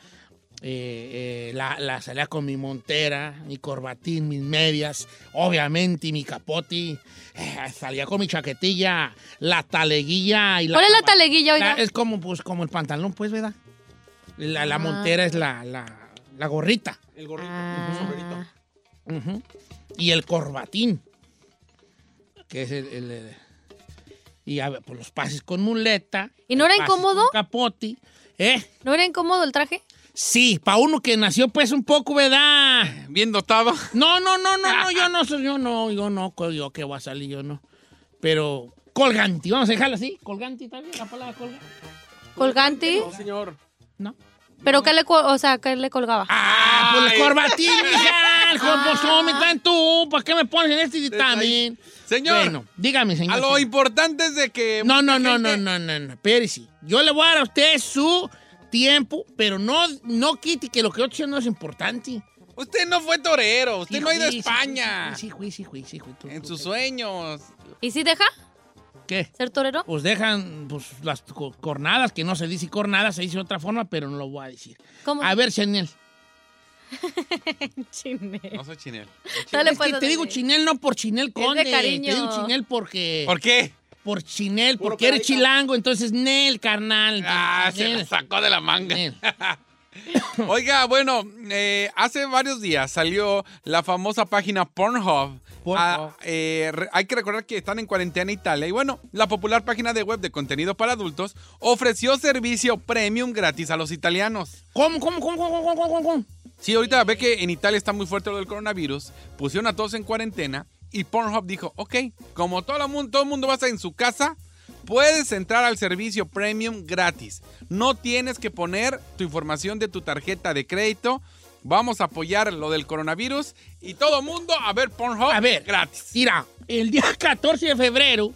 Speaker 2: eh, eh, la, la salía con mi montera, mi corbatín, mis medias, obviamente, y mi capote, eh, salía con mi chaquetilla, la taleguilla y la...
Speaker 3: ¿Cuál es la
Speaker 2: capa-
Speaker 3: taleguilla,
Speaker 2: La-
Speaker 3: oiga?
Speaker 2: es como, pues, como el pantalón, pues, ¿verdad? La, la montera es la, la- la gorrita
Speaker 4: El gorrito,
Speaker 3: Ah.
Speaker 4: el sombrerito.
Speaker 2: y el corbatín, que es el... el- el- y a ver, pues los pases con muleta.
Speaker 3: ¿Y no era
Speaker 2: pases con
Speaker 3: incómodo?
Speaker 2: Capote. ¿Eh?
Speaker 3: ¿No era incómodo el traje?
Speaker 2: Sí, para uno que nació pues un poco, ¿verdad?
Speaker 5: Bien dotado.
Speaker 2: No, no, no, no, no, yo no, soy- yo no, yo no, co- yo que voy a salir, yo no. Pero colganti, vamos a dejarlo así, colganti también, la palabra colganti.
Speaker 3: ¿Colgante?
Speaker 4: No, señor.
Speaker 2: No.
Speaker 3: ¿Pero qué le, col- o sea, qué le colgaba?
Speaker 2: Ah, pues el corbatín, mija, el corposón, me traen tú, ¿para qué me pones en este dictamen?
Speaker 5: Señor,
Speaker 2: Bueno, dígame, señor.
Speaker 5: *laughs* a lo importante es de que...
Speaker 2: No, no,
Speaker 5: mucha
Speaker 2: no, no,
Speaker 5: gente-
Speaker 2: no, no, no, espérese. Yo le voy a dar a usted su tiempo, pero no, no quite que lo que yo estoy diciendo es importante.
Speaker 5: Usted no fue torero, usted
Speaker 2: Sí,
Speaker 5: no ha ido a
Speaker 2: sí, sí,
Speaker 5: España.
Speaker 2: Sí, sí, sí, sí, sí, sí, tú,
Speaker 5: En
Speaker 2: tú,
Speaker 5: sus
Speaker 2: tú.
Speaker 5: sueños.
Speaker 3: ¿Y si deja
Speaker 2: ¿Qué?
Speaker 3: ser torero?
Speaker 2: Pues dejan pues, las co- cornadas, que no se dice cornadas, se dice de otra forma, pero no lo voy a decir.
Speaker 3: ¿Cómo?
Speaker 2: A ver, Chanel.
Speaker 5: No soy chinel.
Speaker 3: Dale,
Speaker 2: Es
Speaker 3: pues,
Speaker 2: que te digo
Speaker 3: dale.
Speaker 2: Chinel no por Chinel Conde.
Speaker 3: cariño.
Speaker 2: Te digo Chinel porque...
Speaker 5: ¿Por qué?
Speaker 2: Por Chinel,
Speaker 4: Puro
Speaker 2: porque eres
Speaker 4: carita.
Speaker 2: chilango, entonces Nel, carnal.
Speaker 5: Ah, se
Speaker 2: Nel,
Speaker 5: la sacó de la manga.
Speaker 2: Nel.
Speaker 5: Oiga, bueno, eh, hace varios días salió la famosa página Pornhub.
Speaker 2: Pornhub.
Speaker 5: Ah, eh, re- hay que recordar que están en cuarentena Italia. Y bueno, la popular página de web de contenido para adultos ofreció servicio premium gratis a los italianos.
Speaker 2: ¿Cómo, cómo, cómo, cómo, cómo, cómo, cómo?
Speaker 5: Sí, ahorita ve que en Italia está muy fuerte lo del coronavirus. Pusieron a todos en cuarentena y Pornhub dijo, ok, como todo el mundo, todo el mundo va a estar en su casa, puedes entrar al servicio premium gratis. No tienes que poner tu información de tu tarjeta de crédito. Vamos a apoyar lo del coronavirus y todo el mundo a ver Pornhub
Speaker 2: A ver,
Speaker 5: gratis.
Speaker 2: Mira, el día *laughs* 14 de febrero,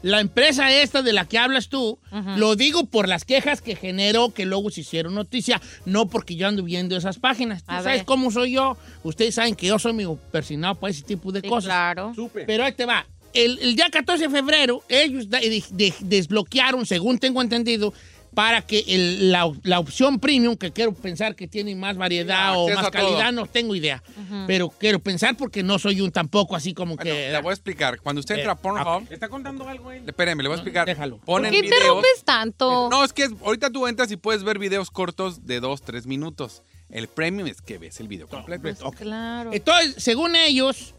Speaker 2: la empresa esta de la que hablas tú, lo digo por las quejas que generó que luego se hicieron noticia, no porque yo ando viendo esas páginas. Tú
Speaker 3: A
Speaker 2: sabes
Speaker 3: ver.
Speaker 2: cómo soy yo, ustedes saben que yo soy medio persinado para ese tipo de
Speaker 3: Sí,
Speaker 2: cosas.
Speaker 3: claro.
Speaker 4: Supe.
Speaker 2: Pero ahí te va. El, el día 14 de febrero, ellos da- de- de- desbloquearon, según tengo entendido, para que el- la, la opción premium, que quiero pensar que tiene más variedad
Speaker 5: Sí,
Speaker 2: o
Speaker 5: acceso
Speaker 2: más
Speaker 5: a todo.
Speaker 2: calidad, no tengo idea. Pero quiero pensar porque no soy un tampoco así como
Speaker 5: Bueno,
Speaker 2: que...
Speaker 5: le voy a explicar. Cuando usted entra a
Speaker 2: Eh,
Speaker 5: Pornhub,
Speaker 4: ¿Está contando algo él?
Speaker 5: espéreme, le voy a explicar.
Speaker 2: déjalo.
Speaker 5: Ponen
Speaker 3: ¿Por qué
Speaker 5: videos.
Speaker 3: interrumpes tanto?
Speaker 5: No, es que es- ahorita tú entras y puedes ver videos cortos de 2, 3 minutos. El premium es que ves el video completo.
Speaker 2: pues, Ok.
Speaker 3: Pues, Claro.
Speaker 2: Entonces, según ellos,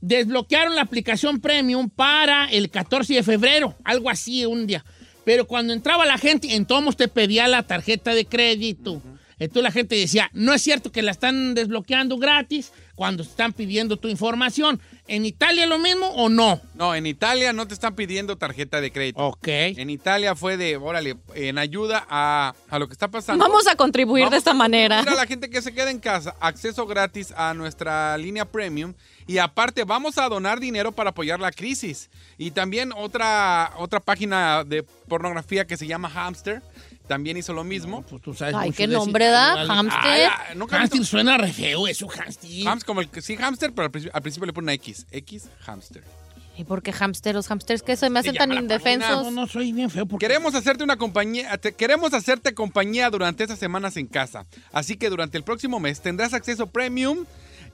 Speaker 2: desbloquearon la aplicación premium para el 14 de febrero, algo así un día. Pero cuando entraba la gente, entonces te pedía la tarjeta de crédito. Entonces la gente decía, no es cierto que la están desbloqueando gratis cuando están pidiendo tu información. ¿En Italia lo mismo o no?
Speaker 5: No, en Italia no te están pidiendo tarjeta de crédito.
Speaker 2: Ok.
Speaker 5: En Italia fue de, órale, en ayuda a, a lo que está pasando.
Speaker 3: Vamos a contribuir de
Speaker 5: Vamos
Speaker 3: esta
Speaker 5: a
Speaker 3: manera.
Speaker 5: Mira, la gente que se queda en casa, acceso gratis a nuestra línea premium. Y aparte, vamos a donar dinero para apoyar la crisis. Y también otra, otra página de pornografía que se llama Hamster también hizo lo mismo.
Speaker 2: Pues tú sabes
Speaker 3: Ay,
Speaker 2: mucho
Speaker 3: qué
Speaker 2: de ese-
Speaker 3: nombre da,
Speaker 2: Vale.
Speaker 3: Hamster.
Speaker 5: Ay, ay, nunca he visto-
Speaker 2: Hamster suena re feo eso, Hamster.
Speaker 5: Hams- como el, sí, hamster, pero al principio, al principio le pone una X. X, hamster.
Speaker 3: ¿Y por qué hamster? Los hamsters que se me
Speaker 5: Se
Speaker 3: hacen
Speaker 5: llama
Speaker 3: tan
Speaker 5: la
Speaker 2: No,
Speaker 3: indefensos.
Speaker 2: no, soy bien feo porque...
Speaker 5: Queremos hacerte una compañía, te- queremos hacerte compañía durante estas semanas en casa. Así que durante el próximo mes tendrás acceso premium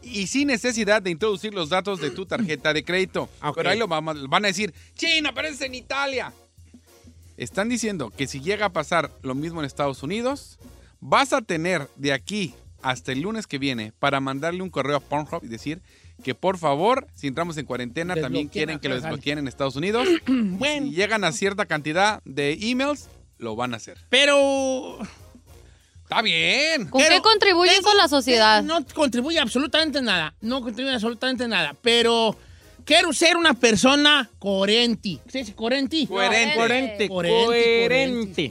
Speaker 5: y sin necesidad de introducir los datos de tu tarjeta de crédito.
Speaker 2: Ah, ok.
Speaker 5: Pero ahí lo vamos- van a decir, China, pero es en Italia. Están diciendo que si llega a pasar lo mismo en Estados Unidos, vas a tener de aquí hasta el lunes que viene para mandarle un correo a Pornhub y decir que por favor, si entramos en cuarentena, también
Speaker 2: Desbloqueen
Speaker 5: quieren que lo
Speaker 2: acá, dale.
Speaker 5: desbloqueen en
Speaker 2: *clears throat*
Speaker 5: Estados Unidos. Si
Speaker 2: Bueno,
Speaker 5: llegan a cierta cantidad de emails, lo van a hacer.
Speaker 2: pero...
Speaker 5: Está bien.
Speaker 3: ¿Con
Speaker 2: Pero
Speaker 3: qué contribuyen
Speaker 2: tengo-
Speaker 3: con la sociedad?
Speaker 2: No contribuye absolutamente nada. No contribuye absolutamente nada. Pero quiero ser una persona coherente. ¿Se dice coherente?
Speaker 4: Coherente.
Speaker 5: Coherente.
Speaker 2: Coherente.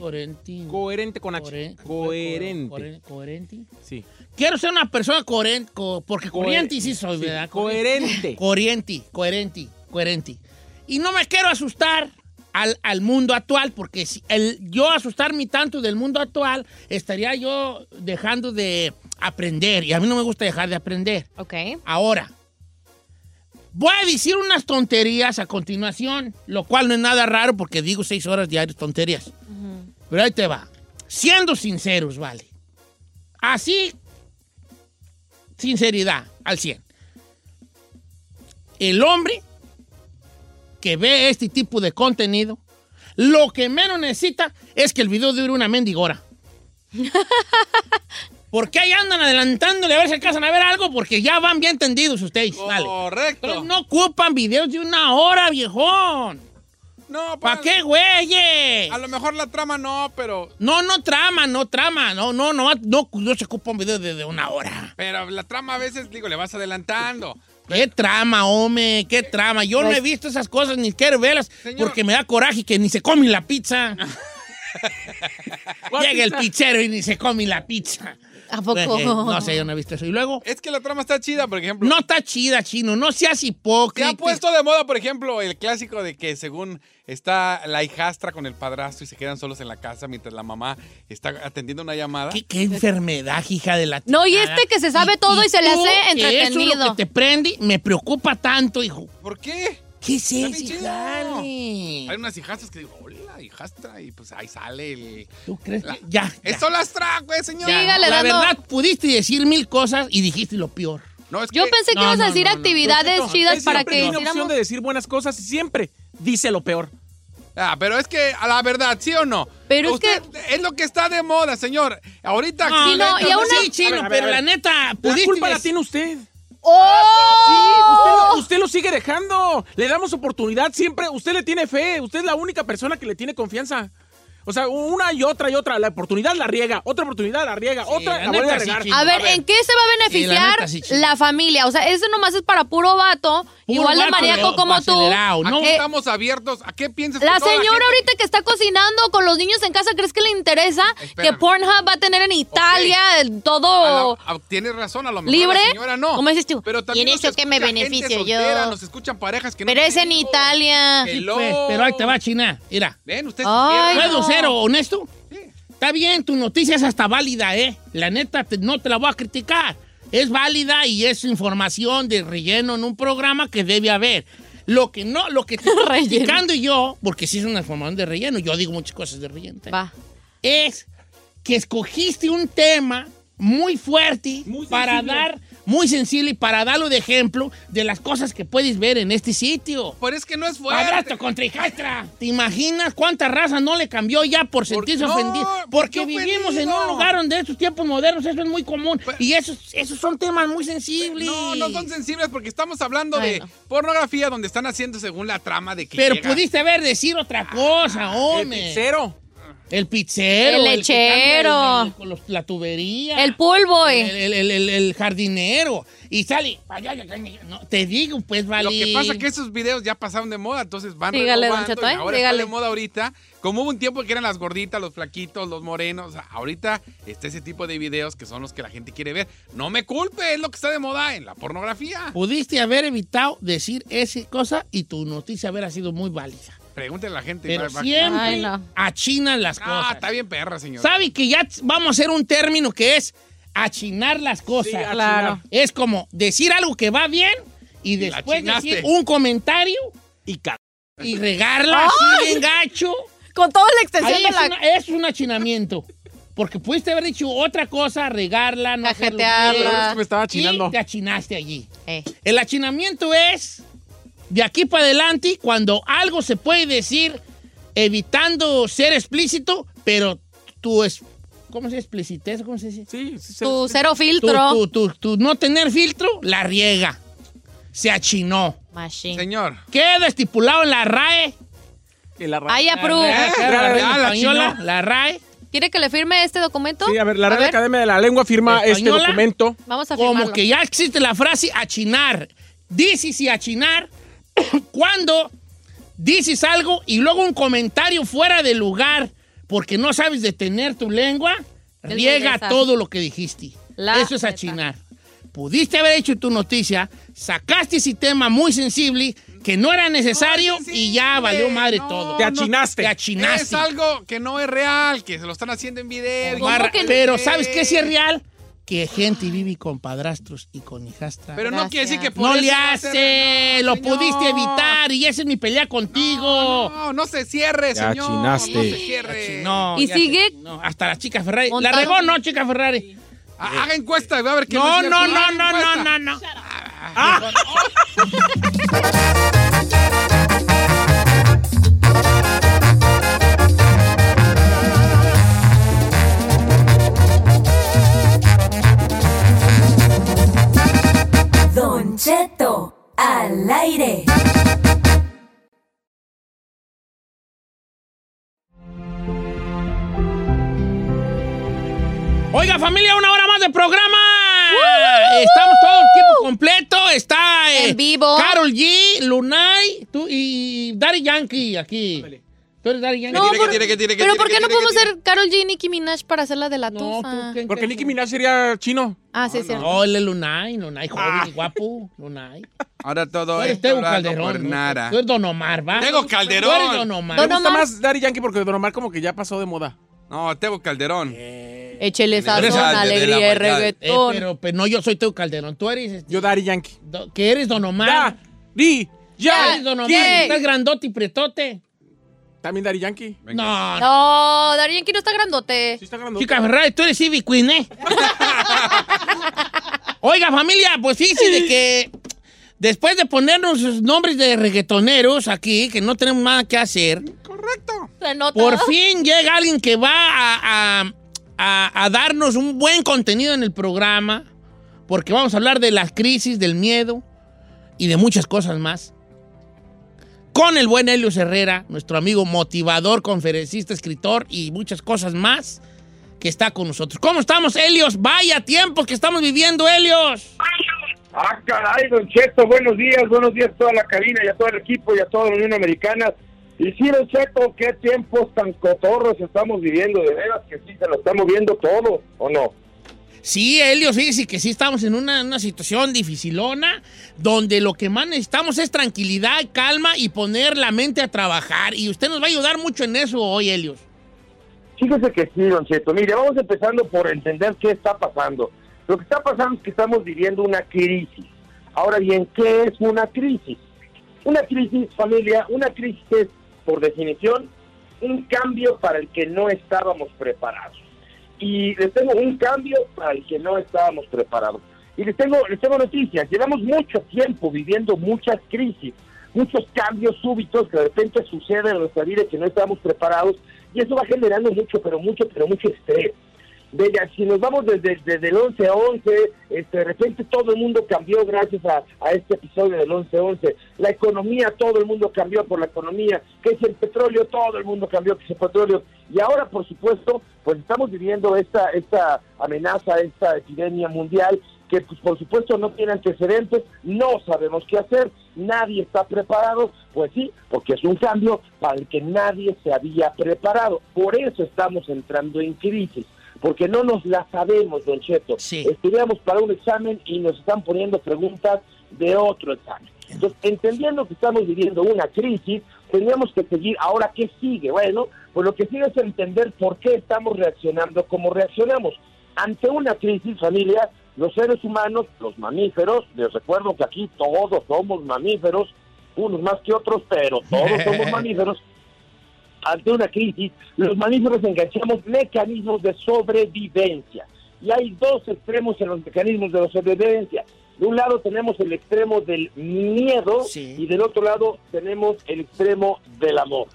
Speaker 4: Coherente.
Speaker 2: Coherente.
Speaker 4: Coherente con H.
Speaker 2: Coherente.
Speaker 4: Coherente.
Speaker 2: Coherente. Coherente.
Speaker 4: Sí.
Speaker 2: Quiero ser una persona coherente. co- porque
Speaker 4: Cohe-
Speaker 2: coherente sí soy, ¿verdad?
Speaker 4: Coherente.
Speaker 2: Coherente, coherente, coherente. Y no me quiero asustar al, al mundo actual, porque si el, yo asustarme tanto del mundo actual, estaría yo dejando de aprender. Y a mí no me gusta dejar de aprender.
Speaker 3: Ok.
Speaker 2: Ahora, voy a decir unas tonterías a continuación, lo cual no es nada raro porque digo seis horas diarias tonterías. Pero ahí te va. Siendo sinceros, vale. Así, sinceridad, al 100. El hombre que ve este tipo de contenido, lo que menos necesita es que el video dure una mendigora. Porque ahí andan adelantándole a ver si alcanzan a ver algo, porque ya van bien tendidos ustedes. Vale. Entonces
Speaker 5: Correcto.
Speaker 2: no ocupan videos de una hora, viejón.
Speaker 5: No,
Speaker 2: ¿Para
Speaker 5: pues,
Speaker 2: qué, güeyes?
Speaker 5: A lo mejor la trama no, pero,
Speaker 2: No, no trama, no trama. No, no, no, no, no se ocupa un video de, de una hora.
Speaker 5: pero la trama a veces, digo, le vas adelantando.
Speaker 2: ¿Qué trama, hombre? ¿Qué trama? Yo no he visto esas cosas ni quiero verlas
Speaker 5: Eh, pues- Señor.
Speaker 2: porque me da coraje que ni se come la
Speaker 5: *laughs*
Speaker 2: pizza.
Speaker 4: ¿Cuál
Speaker 2: Llega el
Speaker 4: pizza?
Speaker 2: pizzero y ni se come la pizza.
Speaker 3: ¿A poco?
Speaker 2: Eh, eh, No sé, yo no he visto eso. Y luego,
Speaker 5: Es que la trama está chida, por ejemplo.
Speaker 2: no está chida, chino. No seas
Speaker 5: Eh, Se
Speaker 2: hipócrita.
Speaker 5: ha puesto de moda, por ejemplo, el clásico de que según está la hijastra con el padrastro y se quedan solos en la casa mientras la mamá está atendiendo una llamada.
Speaker 2: ¿Qué, qué enfermedad, hija de la
Speaker 3: No, y
Speaker 2: chingada.
Speaker 3: este que se sabe todo y se le
Speaker 2: tú,
Speaker 3: hace
Speaker 2: que Eso es lo
Speaker 3: entretenido.
Speaker 2: que te prende, me preocupa tanto, hijo.
Speaker 5: ¿Por qué?
Speaker 2: ¿Qué es
Speaker 5: Está
Speaker 2: eso?
Speaker 5: bien chido.
Speaker 2: Dale.
Speaker 5: Hay unas hijastras que digo, hola, hijastra, y pues ahí sale el...
Speaker 2: ¿Tú crees? que-
Speaker 5: La-
Speaker 2: Ya. ya,
Speaker 5: ¡Es solastra, güey, señor!
Speaker 2: ya.
Speaker 3: Sígale
Speaker 2: La
Speaker 3: dando-
Speaker 2: verdad, pudiste decir mil cosas y dijiste lo peor.
Speaker 5: No, es
Speaker 3: Yo
Speaker 5: que-
Speaker 3: pensé que
Speaker 2: No,
Speaker 3: ibas
Speaker 2: no,
Speaker 3: a decir
Speaker 2: no, no.
Speaker 3: actividades
Speaker 4: No,
Speaker 3: chidas
Speaker 4: él
Speaker 3: para
Speaker 4: siempre
Speaker 3: que
Speaker 4: tiene opción
Speaker 3: hiciéramos.
Speaker 4: de decir buenas cosas y siempre dice lo peor.
Speaker 5: Ah, pero es que, a la verdad, ¿sí o no?
Speaker 3: Pero es
Speaker 5: Usted- Es lo que está de moda, señor. Ahorita...
Speaker 2: No,
Speaker 3: Sí, no,
Speaker 2: neta,
Speaker 3: y a una-
Speaker 2: Sí, chino,
Speaker 4: A ver, a ver,
Speaker 2: pero
Speaker 4: a ver.
Speaker 2: la neta,
Speaker 4: La
Speaker 2: pudiste
Speaker 4: culpa la
Speaker 2: decir-
Speaker 4: tiene usted.
Speaker 3: ¡Oh!
Speaker 4: Sí, usted, lo- usted lo sigue dejando. Le damos oportunidad siempre. Usted le tiene fe. Usted es la única persona que le tiene confianza. O sea, una y otra y otra. La oportunidad la riega. Otra oportunidad la riega. otra
Speaker 2: la
Speaker 4: la, vuelve
Speaker 2: neta
Speaker 4: a regar.
Speaker 2: sí,
Speaker 3: A ver,
Speaker 2: A ver.
Speaker 3: ¿en qué se va a
Speaker 2: Sí, la
Speaker 3: beneficiar
Speaker 2: neta,
Speaker 3: la,
Speaker 2: sí, chico.
Speaker 3: familia? O sea, eso nomás es para puro vato,
Speaker 2: Puro
Speaker 3: igual de
Speaker 2: vato,
Speaker 3: maníaco
Speaker 2: pero
Speaker 3: como tú.
Speaker 2: acelerado, ¿no?
Speaker 5: Aquí
Speaker 3: Eh,
Speaker 5: estamos abiertos. ¿A qué piensas? que
Speaker 3: La
Speaker 5: toda
Speaker 3: señora
Speaker 5: gente-
Speaker 3: ahorita que está cocinando con los niños en casa, ¿crees que le interesa
Speaker 5: Espérame.
Speaker 3: que Pornhub va a tener en Italia el- todo?
Speaker 5: A la- a- tienes razón, a lo mejor
Speaker 3: ¿Libre?
Speaker 5: la señora no.
Speaker 3: ¿Cómo dices tú?
Speaker 5: Pero
Speaker 3: Y
Speaker 5: también
Speaker 3: en
Speaker 5: nos
Speaker 3: eso que me
Speaker 5: escucha gente
Speaker 3: beneficio
Speaker 5: soltera,
Speaker 3: yo.
Speaker 5: Nos escuchan parejas que no
Speaker 3: Pero es en
Speaker 5: tienen hijos.
Speaker 3: Italia.
Speaker 2: Sí,
Speaker 5: Hello.
Speaker 2: pues, pero ahí te va, China. Mira,
Speaker 5: Ven, usted
Speaker 3: Ay,
Speaker 5: se pierde.
Speaker 2: ¿puedo
Speaker 3: no.
Speaker 2: ser honesto?
Speaker 5: Sí.
Speaker 2: Está bien, tu noticia es hasta válida, ¿eh? La neta, te- no te la voy a criticar. Es válida y es información de relleno en un programa que debe haber. Lo que no, lo que
Speaker 3: *laughs*
Speaker 2: te estoy
Speaker 3: Relleno.
Speaker 2: criticando yo, porque sí es una información de relleno, yo digo muchas cosas de relleno, ¿eh?
Speaker 3: Va.
Speaker 2: es que escogiste un tema muy fuerte
Speaker 4: Muy
Speaker 2: para
Speaker 4: sensible.
Speaker 2: dar, muy sensible y para darlo de ejemplo de las cosas que puedes ver en este sitio.
Speaker 5: Pero es que no es fuerte.
Speaker 2: Padrastro contra hijastra. ¿Te imaginas cuánta raza no le cambió ya por sentirse
Speaker 5: no,
Speaker 2: ofendida?
Speaker 5: ¿por
Speaker 2: Porque
Speaker 5: qué
Speaker 2: vivimos en
Speaker 5: ofendido?
Speaker 2: un lugar donde en estos tiempos modernos eso es muy común.
Speaker 5: Pero-
Speaker 2: y esos, esos son temas muy sensibles.
Speaker 5: No, no son sensibles porque estamos hablando
Speaker 3: Ay,
Speaker 5: de
Speaker 3: no.
Speaker 5: pornografía donde están haciendo según la trama de que
Speaker 2: Pero
Speaker 5: llega. Ah,
Speaker 2: pudiste haber decir otra cosa,
Speaker 4: El
Speaker 2: hombre.
Speaker 4: pizzero.
Speaker 2: El pizzero.
Speaker 3: El
Speaker 2: que cambia
Speaker 3: lechero.
Speaker 2: el- el- con los- la tubería.
Speaker 3: El eh. pool boy.
Speaker 2: El, el- el- el- el jardinero. Y sale. "Ay, ay, ay, ay". No, te digo, pues, vale.
Speaker 5: Lo que pasa es que esos videos ya pasaron de moda, entonces van
Speaker 3: Dígale, don
Speaker 5: renovando
Speaker 3: Cheto,
Speaker 5: y
Speaker 3: ¿eh?
Speaker 5: ahora
Speaker 3: Dígale.
Speaker 5: está de moda ahorita. Como hubo un tiempo que eran las gorditas, los flaquitos, los morenos, o sea, ahorita está ese tipo de videos que son los que la gente quiere ver. No me culpe, es lo que está de moda en la pornografía.
Speaker 2: Pudiste haber evitado decir esa cosa y tu noticia haber sido muy válida.
Speaker 5: Pregúntale a la gente.
Speaker 2: Pero
Speaker 5: va- va-
Speaker 2: siempre
Speaker 3: Ay, no.
Speaker 2: achinan las
Speaker 5: Ah,
Speaker 2: cosas.
Speaker 5: está bien perra, señor.
Speaker 2: ¿Sabe que ya t- vamos a hacer un término que es achinar las cosas?
Speaker 4: Sí, a
Speaker 3: Claro.
Speaker 4: chingar.
Speaker 2: Es como decir algo que va bien y
Speaker 5: la
Speaker 2: después
Speaker 5: chinaste.
Speaker 2: decir un comentario
Speaker 4: Y caga.
Speaker 2: y regarla así
Speaker 3: *laughs*
Speaker 2: bien gacho.
Speaker 3: Con toda la extensión
Speaker 2: Ahí
Speaker 3: de
Speaker 2: es,
Speaker 3: la...
Speaker 2: una- es un achinamiento. Porque pudiste haber dicho otra cosa, regarla, no hacerlo
Speaker 3: Cajetearla.
Speaker 2: bien,
Speaker 4: Pero es que me estaba
Speaker 2: Y
Speaker 4: chinando.
Speaker 2: te achinaste allí.
Speaker 3: Eh.
Speaker 2: El achinamiento es de aquí para adelante cuando algo se puede decir evitando ser explícito, pero tu es- ¿Cómo se dice? Explicitez, ¿cómo se dice?
Speaker 4: Sí, sí, se-
Speaker 3: Tu cero
Speaker 2: Tu,
Speaker 3: filtro.
Speaker 2: tu- tu- tu no tener filtro, la riega. Se achinó.
Speaker 3: Machine.
Speaker 5: Señor.
Speaker 2: Queda estipulado en la RAE.
Speaker 4: que la ra-
Speaker 3: Ay, approve.
Speaker 2: Ah,
Speaker 4: la
Speaker 2: la,
Speaker 4: RAE
Speaker 2: la
Speaker 4: española.
Speaker 2: española, la RAE.
Speaker 3: ¿Quiere que le firme este documento?
Speaker 4: Sí, a ver, la
Speaker 3: A
Speaker 4: Real
Speaker 3: ver,
Speaker 4: Academia de la Lengua firma este
Speaker 2: ¿Española?
Speaker 4: documento.
Speaker 3: Vamos a
Speaker 2: Como
Speaker 3: firmarlo.
Speaker 2: que ya existe la frase achinar. Dices y achinar *clears throat* cuando dices algo y luego un comentario fuera de lugar porque no sabes detener tu lengua,
Speaker 3: Es
Speaker 2: riega
Speaker 3: belleza.
Speaker 2: todo lo que dijiste.
Speaker 3: La
Speaker 2: Eso es
Speaker 3: neta.
Speaker 2: achinar. Pudiste haber hecho tu noticia, sacaste ese tema muy sensible que no era necesario
Speaker 5: No, sí,
Speaker 2: y ya valió
Speaker 5: güey,
Speaker 2: madre
Speaker 5: no,
Speaker 2: todo.
Speaker 4: Te
Speaker 5: no,
Speaker 4: achinaste.
Speaker 2: Te achinaste.
Speaker 5: Es algo que no es real, que se lo están haciendo en video.
Speaker 3: ¿Cómo
Speaker 2: Barra-
Speaker 3: que no?
Speaker 2: Pero ¿sabes qué sí es real? Que gente vive con padrastros y con hijastras.
Speaker 5: Pero no quiere decir que por
Speaker 2: no
Speaker 5: eso
Speaker 2: le
Speaker 5: va a ser-
Speaker 2: hace, lo pudiste evitar y esa es mi pelea contigo.
Speaker 5: No, no se cierre,
Speaker 4: Te
Speaker 5: señor.
Speaker 4: achinaste.
Speaker 5: No se cierre.
Speaker 2: No,
Speaker 3: ¿Y
Speaker 2: ya
Speaker 3: sigue?
Speaker 2: sé, no, hasta la chica Ferrari.
Speaker 3: Montado.
Speaker 2: La regó, no, chica Ferrari.
Speaker 5: Ha- Haga encuesta, va a ver qué
Speaker 2: No,
Speaker 5: es cierto.
Speaker 2: no, no,
Speaker 5: Haga
Speaker 2: no,
Speaker 5: encuesta.
Speaker 2: no, no, no.
Speaker 6: Don Cheto, al aire.
Speaker 2: Oiga, familia, una hora más de programa. Estamos todo el tiempo completo. Está eh,
Speaker 3: En vivo.
Speaker 2: Carol G, Lunay tú y Daddy Yankee aquí. ¿Tú eres Daddy Yankee?
Speaker 3: No,
Speaker 5: Tire,
Speaker 3: por-
Speaker 5: tire, tire,
Speaker 3: Pero
Speaker 5: tire,
Speaker 3: ¿por qué
Speaker 5: tire,
Speaker 3: no
Speaker 5: tire,
Speaker 3: podemos
Speaker 5: tire.
Speaker 3: ser Carol G y Nicki Minaj para hacer la de la
Speaker 2: No,
Speaker 3: tufa?
Speaker 2: tú, ¿quién-
Speaker 5: *laughs*
Speaker 4: Porque
Speaker 2: quién-
Speaker 4: Nicki Minaj sería chino.
Speaker 3: Ah, sí, es cierto.
Speaker 2: No, él es Lunay, Lunay, joven y guapo, Lunay.
Speaker 5: Ahora todo
Speaker 2: Tú
Speaker 5: es
Speaker 2: eres Tego
Speaker 5: por
Speaker 2: Calderón. ¿no?
Speaker 5: nada.
Speaker 2: Tú eres Don Omar, ¿va?
Speaker 5: Tego Calderón.
Speaker 2: Tú eres Don Omar.
Speaker 4: Me
Speaker 3: Don
Speaker 4: gusta
Speaker 3: Omar.
Speaker 4: más Daddy Yankee porque Don Omar como que ya pasó de moda.
Speaker 5: No, Tego Calderón.
Speaker 3: Échele sazón,
Speaker 5: Regresate de la
Speaker 3: alegría y
Speaker 5: maldad.
Speaker 2: Eh,
Speaker 3: reggaetón.
Speaker 2: pero, pero no, yo soy Teo Calderón. Tú eres. este,
Speaker 4: Yo Daddy Yankee.
Speaker 2: do- que eres Don Omar.
Speaker 4: Daddy
Speaker 2: Ya,
Speaker 4: Yankee.
Speaker 2: eres Don Omar.
Speaker 3: ¿Qué?
Speaker 2: Estás grandote y pretote.
Speaker 4: También Daddy Yankee.
Speaker 5: Venga.
Speaker 2: No, no.
Speaker 3: No, Daddy Yankee no está grandote.
Speaker 4: Sí está grandote.
Speaker 2: Chica Ferrari, tú eres Ivy Queen, ¿eh? Oiga, familia, pues fíjense de que después de ponernos sus nombres de reggaetoneros aquí, que no tenemos nada que hacer,
Speaker 3: Se nota.
Speaker 2: por fin llega alguien que va a, a- a- a darnos un buen contenido en el programa, porque vamos a hablar de las crisis, del miedo y de muchas cosas más. Con el buen Helios Herrera, nuestro amigo motivador, conferencista, escritor y muchas cosas más que está con nosotros. ¿Cómo estamos, Helios? Vaya tiempos que estamos viviendo, Helios.
Speaker 7: Ah, caray, don Cheto, buenos días, buenos días a toda la cabina y a todo el equipo y a toda la Unión Americana. Y sí, don Cheto, qué tiempos tan cotorros estamos viviendo, de veras que sí, se lo estamos viendo todo, ¿o no?
Speaker 2: Sí, Helios, sí, que sí estamos en una, una situación dificilona donde lo que más necesitamos es tranquilidad, calma y poner la mente a trabajar. Y usted nos va a ayudar mucho en eso hoy, Helios.
Speaker 7: Fíjese que sí, don Cheto. Mire, vamos empezando por entender qué está pasando. Lo que está pasando es que estamos viviendo una crisis. Ahora bien, ¿qué es una crisis? Una crisis, familia, una crisis es, por definición, un cambio para el que no estábamos preparados. Y les tengo un cambio para el que no estábamos preparados. Y les tengo, les tengo noticias. Llevamos mucho tiempo viviendo muchas crisis, muchos cambios súbitos que de repente suceden en nuestra vida y que no estábamos preparados. Y eso va generando mucho, pero mucho, pero mucho estrés. Desde, si nos vamos desde, desde el 11-11, este, de repente todo el mundo cambió gracias a, a este episodio del 11-11. La economía, todo el mundo cambió por la economía. que es el petróleo? Todo el mundo cambió que es el petróleo. Y ahora, por supuesto, pues estamos viviendo esta, esta amenaza, esta epidemia mundial que pues, por supuesto no tiene antecedentes, no sabemos qué hacer, nadie está preparado, pues sí, porque es un cambio para el que nadie se había preparado. Por eso estamos entrando en crisis, porque no nos la sabemos, don Cheto.
Speaker 2: Sí.
Speaker 7: Estudiamos para un examen y nos están poniendo preguntas de otro examen. Entonces, entendiendo que estamos viviendo una crisis, teníamos que seguir, ahora qué sigue, bueno, pues lo que sigue es entender por qué estamos reaccionando como reaccionamos. Ante una crisis, familia, los seres humanos, los mamíferos, les recuerdo que aquí todos somos mamíferos, unos más que otros, pero
Speaker 2: *laughs*
Speaker 7: todos somos mamíferos. Ante una crisis, los mamíferos enganchamos mecanismos de sobrevivencia. Y hay dos extremos en los mecanismos de la sobrevivencia. De un lado tenemos el extremo del miedo
Speaker 2: Sí.
Speaker 7: y del otro lado tenemos el extremo del amor.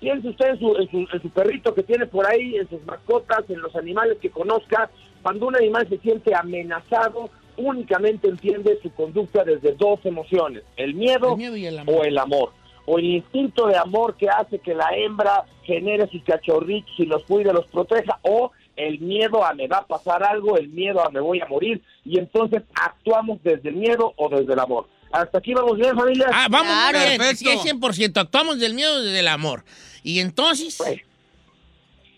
Speaker 7: Piense usted en su, en, su, en su perrito que tiene por ahí, en sus mascotas, en los animales que conozca. Cuando un animal se siente amenazado, únicamente entiende su conducta desde dos emociones, el miedo,
Speaker 2: El miedo y el amor.
Speaker 7: o el amor. O el instinto de amor que hace que la hembra genere sus cachorritos y los cuide, los proteja. O el miedo a me va a pasar algo, el miedo a me voy a morir. Y entonces actuamos desde el miedo o desde el amor. Hasta aquí vamos bien, familia.
Speaker 2: Ah, vamos muy
Speaker 5: Claro.
Speaker 2: bien.
Speaker 5: Perfecto.
Speaker 2: Sí, es 100%. Actuamos del miedo y del amor. Y entonces,
Speaker 7: Pues,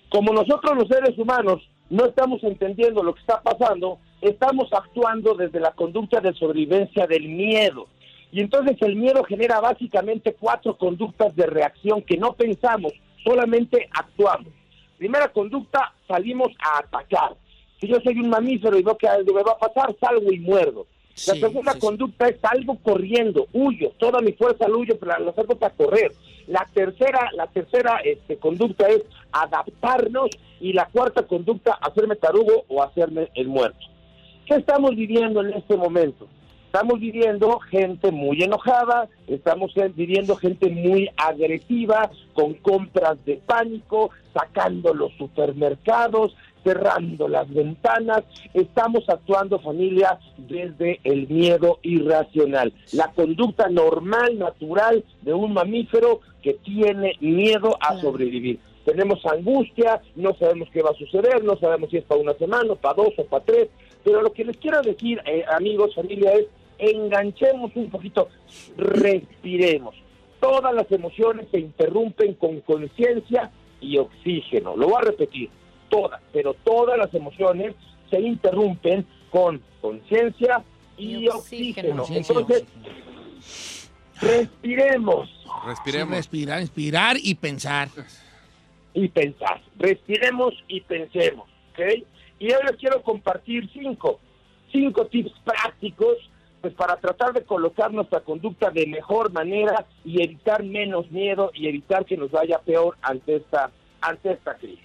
Speaker 7: como nosotros los seres humanos no estamos entendiendo lo que está pasando, estamos actuando desde la conducta de sobrevivencia del miedo. Y entonces el miedo genera básicamente cuatro conductas de reacción que no pensamos, solamente actuamos. Primera conducta, salimos a atacar. Si yo soy un mamífero y veo que algo me va a pasar, salgo y muerdo. La
Speaker 2: Sí,
Speaker 7: segunda
Speaker 2: sí, sí.
Speaker 7: conducta es salgo corriendo, huyo, toda mi fuerza la huyo, pero la saco para correr. La tercera, la tercera este, conducta es adaptarnos y la cuarta conducta, hacerme tarugo o hacerme el muerto. ¿Qué estamos viviendo en este momento? Estamos viviendo gente muy enojada, estamos gen- viviendo gente muy agresiva, con compras de pánico, sacando los supermercados, cerrando las ventanas. Estamos actuando, familia, desde el miedo irracional. La conducta normal, natural de un mamífero que tiene miedo a sobrevivir. Tenemos angustia, no sabemos qué va a suceder, no sabemos si es para una semana, o para dos o para tres. Pero lo que les quiero decir, eh, amigos, familia, es enganchemos un poquito, respiremos. Todas las emociones se interrumpen con conciencia y oxígeno. Lo voy a repetir, todas, pero todas las emociones se interrumpen con conciencia y,
Speaker 3: Y
Speaker 7: oxígeno.
Speaker 3: oxígeno.
Speaker 2: Conciencia y
Speaker 7: Entonces, respiremos.
Speaker 5: Respiremos.
Speaker 2: sí, respirar, inspirar y pensar.
Speaker 7: y pensar. Respiremos y pensemos, ¿ok? Y ahora les quiero compartir cinco, cinco tips prácticos pues para tratar de colocar nuestra conducta de mejor manera y evitar menos miedo y evitar que nos vaya peor ante esta, ante esta crisis.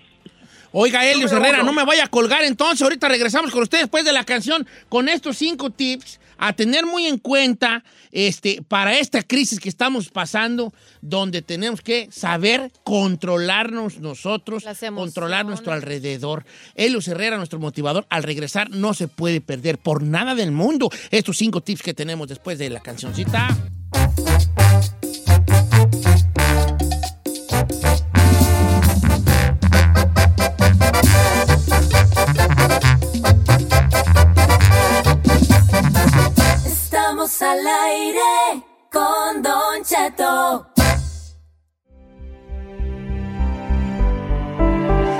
Speaker 2: Oiga, Helios
Speaker 7: Número
Speaker 2: Herrera,
Speaker 7: uno.
Speaker 2: no me vaya a colgar entonces. Ahorita regresamos con usted después de la canción con estos cinco tips a tener muy en cuenta este, para esta crisis que estamos pasando, donde tenemos que saber controlarnos nosotros,
Speaker 3: Las emociones.
Speaker 2: controlar nuestro alrededor. Helios Herrera, nuestro motivador, al regresar no se puede perder por nada del mundo estos cinco tips que tenemos después de la cancioncita.
Speaker 6: Estamos al aire con Don Cheto.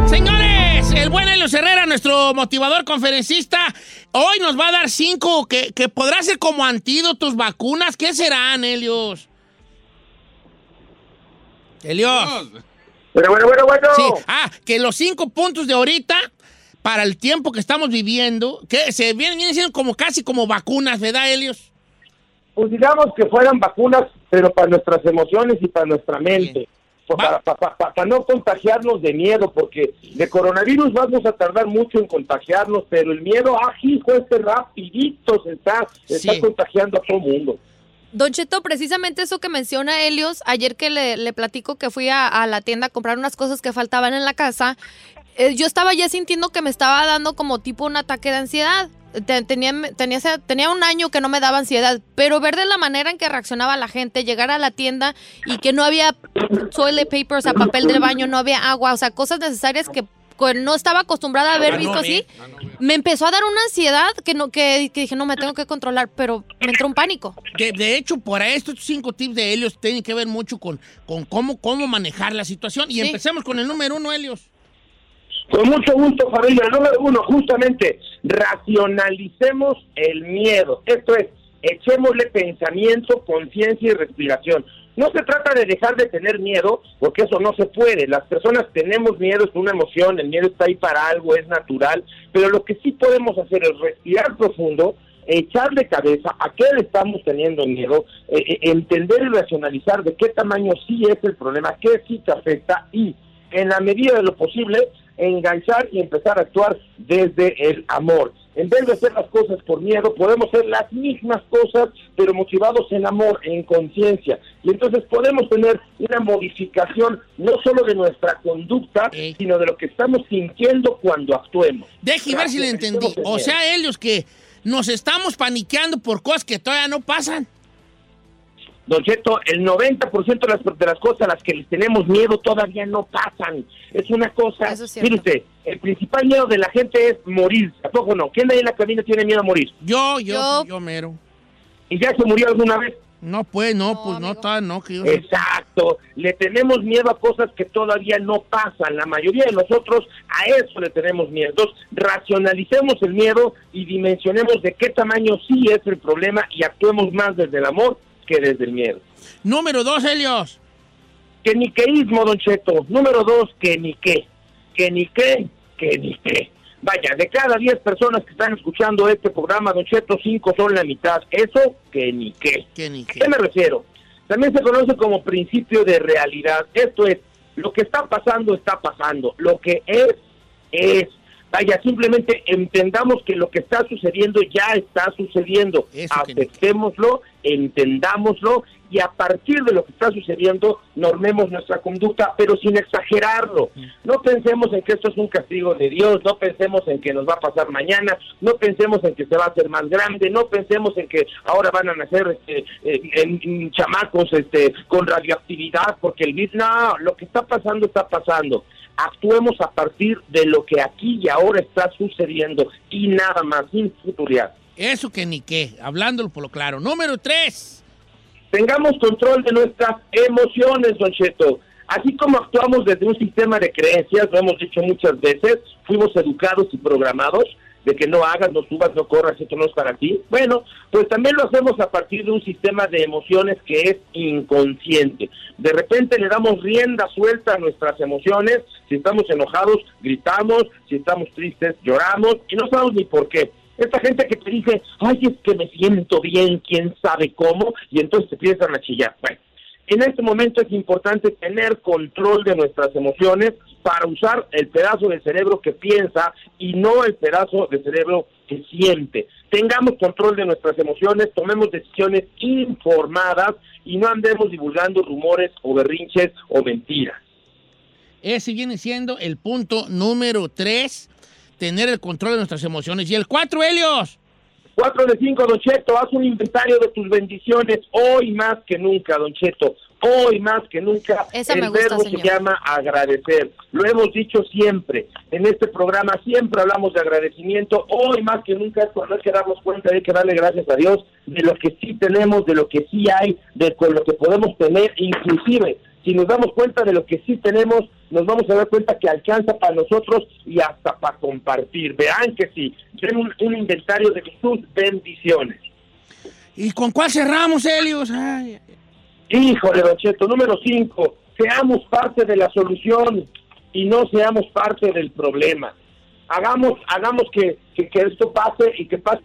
Speaker 2: Señores, el buen Helios Herrera, nuestro motivador conferencista, hoy nos va a dar cinco que, que podrá ser como antídotos, vacunas. ¿Qué serán, Helios? Helios.
Speaker 5: Dios.
Speaker 7: Pero bueno, bueno, bueno.
Speaker 2: Sí, ah, que los cinco puntos de ahorita, para el tiempo que estamos viviendo, que se vienen, vienen siendo como casi como vacunas, ¿verdad, Helios?
Speaker 7: Pues digamos que fueran vacunas, pero para nuestras emociones y para nuestra mente.
Speaker 2: Bien.
Speaker 7: Pues para,
Speaker 2: Va-
Speaker 7: pa- pa- pa- para no contagiarnos de miedo, porque de coronavirus vamos a tardar mucho en contagiarnos, pero el miedo, ah, hijo, este rapidito se está, se
Speaker 2: Sí.
Speaker 7: está contagiando a todo mundo.
Speaker 3: Don Cheto, precisamente eso que menciona Helios, ayer que le, le platico que fui a, a la tienda a comprar unas cosas que faltaban en la casa, eh, yo estaba ya sintiendo que me estaba dando como tipo un ataque de ansiedad. Te- Tenía, tenía, ese- tenía un año que no me daba ansiedad, pero ver de la manera en que reaccionaba la gente, llegar a la tienda y que no había toilet paper, o sea, papel de baño, no había agua, o sea, cosas necesarias que pues, no estaba acostumbrada a haber
Speaker 2: Ah, no,
Speaker 3: visto así.
Speaker 2: ve.
Speaker 3: Me empezó a dar una ansiedad que no que, que dije, no, me tengo que controlar, pero me entró un pánico.
Speaker 2: De, de hecho, por ahí estos cinco tips de Helios tienen que ver mucho con, con cómo, cómo manejar la situación. Y
Speaker 3: Sí.
Speaker 2: empecemos con el número uno, Helios.
Speaker 7: Con mucho gusto, familia. El número uno, justamente, racionalicemos el miedo. Esto es, echémosle pensamiento, conciencia y respiración. No se trata de dejar de tener miedo, porque eso no se puede. Las personas tenemos miedo, es una emoción, el miedo está ahí para algo, es natural. Pero lo que sí podemos hacer es respirar profundo, echar de cabeza a qué le estamos teniendo miedo, eh, eh, entender y racionalizar de qué tamaño sí es el problema, qué sí te afecta y, en la medida de lo posible, enganchar y empezar a actuar desde el amor. En vez de hacer las cosas por miedo, podemos hacer las mismas cosas, pero motivados en amor, en conciencia. Y entonces podemos tener una modificación no solo de nuestra conducta,
Speaker 2: Ey.
Speaker 7: sino de lo que estamos sintiendo cuando actuemos.
Speaker 2: Deje ver si le entendí. O sea, ellos que nos estamos paniqueando por cosas que todavía no pasan.
Speaker 7: Don Cheto, el 90% de las, de las cosas a las que les tenemos miedo todavía no pasan. Es una cosa...
Speaker 3: Eso es cierto.
Speaker 7: Mire usted, el principal miedo de la gente es morir. ¿A poco no? ¿Quién de ahí en la cabina tiene miedo a morir?
Speaker 2: Yo, yo, yo,
Speaker 3: Yo.
Speaker 2: mero.
Speaker 7: ¿Y ya se murió alguna vez?
Speaker 2: No, pues, no,
Speaker 3: No,
Speaker 2: pues no,
Speaker 3: amigo.
Speaker 2: todavía no, que yo sepa.
Speaker 7: Exacto. Le tenemos miedo a cosas que todavía no pasan. La mayoría de nosotros a eso le tenemos miedo. Entonces, racionalicemos el miedo y dimensionemos de qué tamaño sí es el problema y actuemos más desde el amor que desde el miedo.
Speaker 2: Número dos, Helios.
Speaker 7: Que ni queísmo, don Cheto. Número dos, que ni qué. Que ni qué, que ni qué. Vaya, de cada 10 personas que están escuchando este programa, don Cheto, 5 son la mitad. Eso, que ni qué.
Speaker 2: Que ni
Speaker 7: ¿A
Speaker 2: qué.
Speaker 7: qué me refiero? También se conoce como principio de realidad. Esto es, lo que está pasando, está pasando. Lo que es, es. Vaya, simplemente entendamos que lo que está sucediendo ya está sucediendo.
Speaker 2: Eso que ni-
Speaker 7: Aceptémoslo, entendámoslo y a partir de lo que está sucediendo normemos nuestra conducta, pero sin exagerarlo. No pensemos en que esto es un castigo de Dios, no pensemos en que nos va a pasar mañana, no pensemos en que se va a hacer más grande, no pensemos en que ahora van a nacer este, eh, en- en chamacos este, con radioactividad, porque el virus, no, lo que está pasando está pasando. Actuemos a partir de lo que aquí y ahora está sucediendo y nada más, sin futuridad.
Speaker 2: Eso que ni qué. Hablándolo por lo claro. Número tres.
Speaker 7: Tengamos control de nuestras emociones, Don Cheto. Así como actuamos desde un sistema de creencias, lo hemos dicho muchas veces, fuimos educados y programados de que no hagas, no subas, no corras, esto no es para ti. Bueno, pues también lo hacemos a partir de un sistema de emociones que es inconsciente. De repente le damos rienda suelta a nuestras emociones, si estamos enojados, gritamos, si estamos tristes, lloramos y no sabemos ni por qué. Esta gente que te dice, ay, es que me siento bien, quién sabe cómo, y entonces te empiezan a chillar. Bueno, en este momento es importante tener control de nuestras emociones para usar el pedazo del cerebro que piensa y no el pedazo del cerebro que siente. Tengamos control de nuestras emociones, tomemos decisiones informadas y no andemos divulgando rumores o berrinches o mentiras.
Speaker 2: Ese viene siendo el punto número tres. Tener el control de nuestras emociones. Y el cuatro, Helios.
Speaker 7: Cuatro de cinco, Don Cheto, haz un inventario de tus bendiciones hoy más que nunca, Don Cheto. Hoy más que nunca,
Speaker 3: Esa
Speaker 7: el
Speaker 3: me gusta,
Speaker 7: verbo
Speaker 3: señor.
Speaker 7: se llama agradecer. eh, Lo hemos dicho siempre. En este programa siempre hablamos de agradecimiento. Hoy más que nunca es cuando hay que darnos cuenta, hay que darle gracias a Dios de lo que sí tenemos, de lo que sí hay, de con lo que podemos tener, inclusive. Si nos damos cuenta de lo que sí tenemos, nos vamos a dar cuenta que alcanza para nosotros y hasta para compartir. Vean que sí, den un, un inventario de sus bendiciones.
Speaker 2: ¿Y con cuál cerramos, Helios? Ay,
Speaker 7: Híjole, Don Cheto, número 5, seamos parte de la solución y no seamos parte del problema. Hagamos, hagamos que, que, que esto pase y que pase,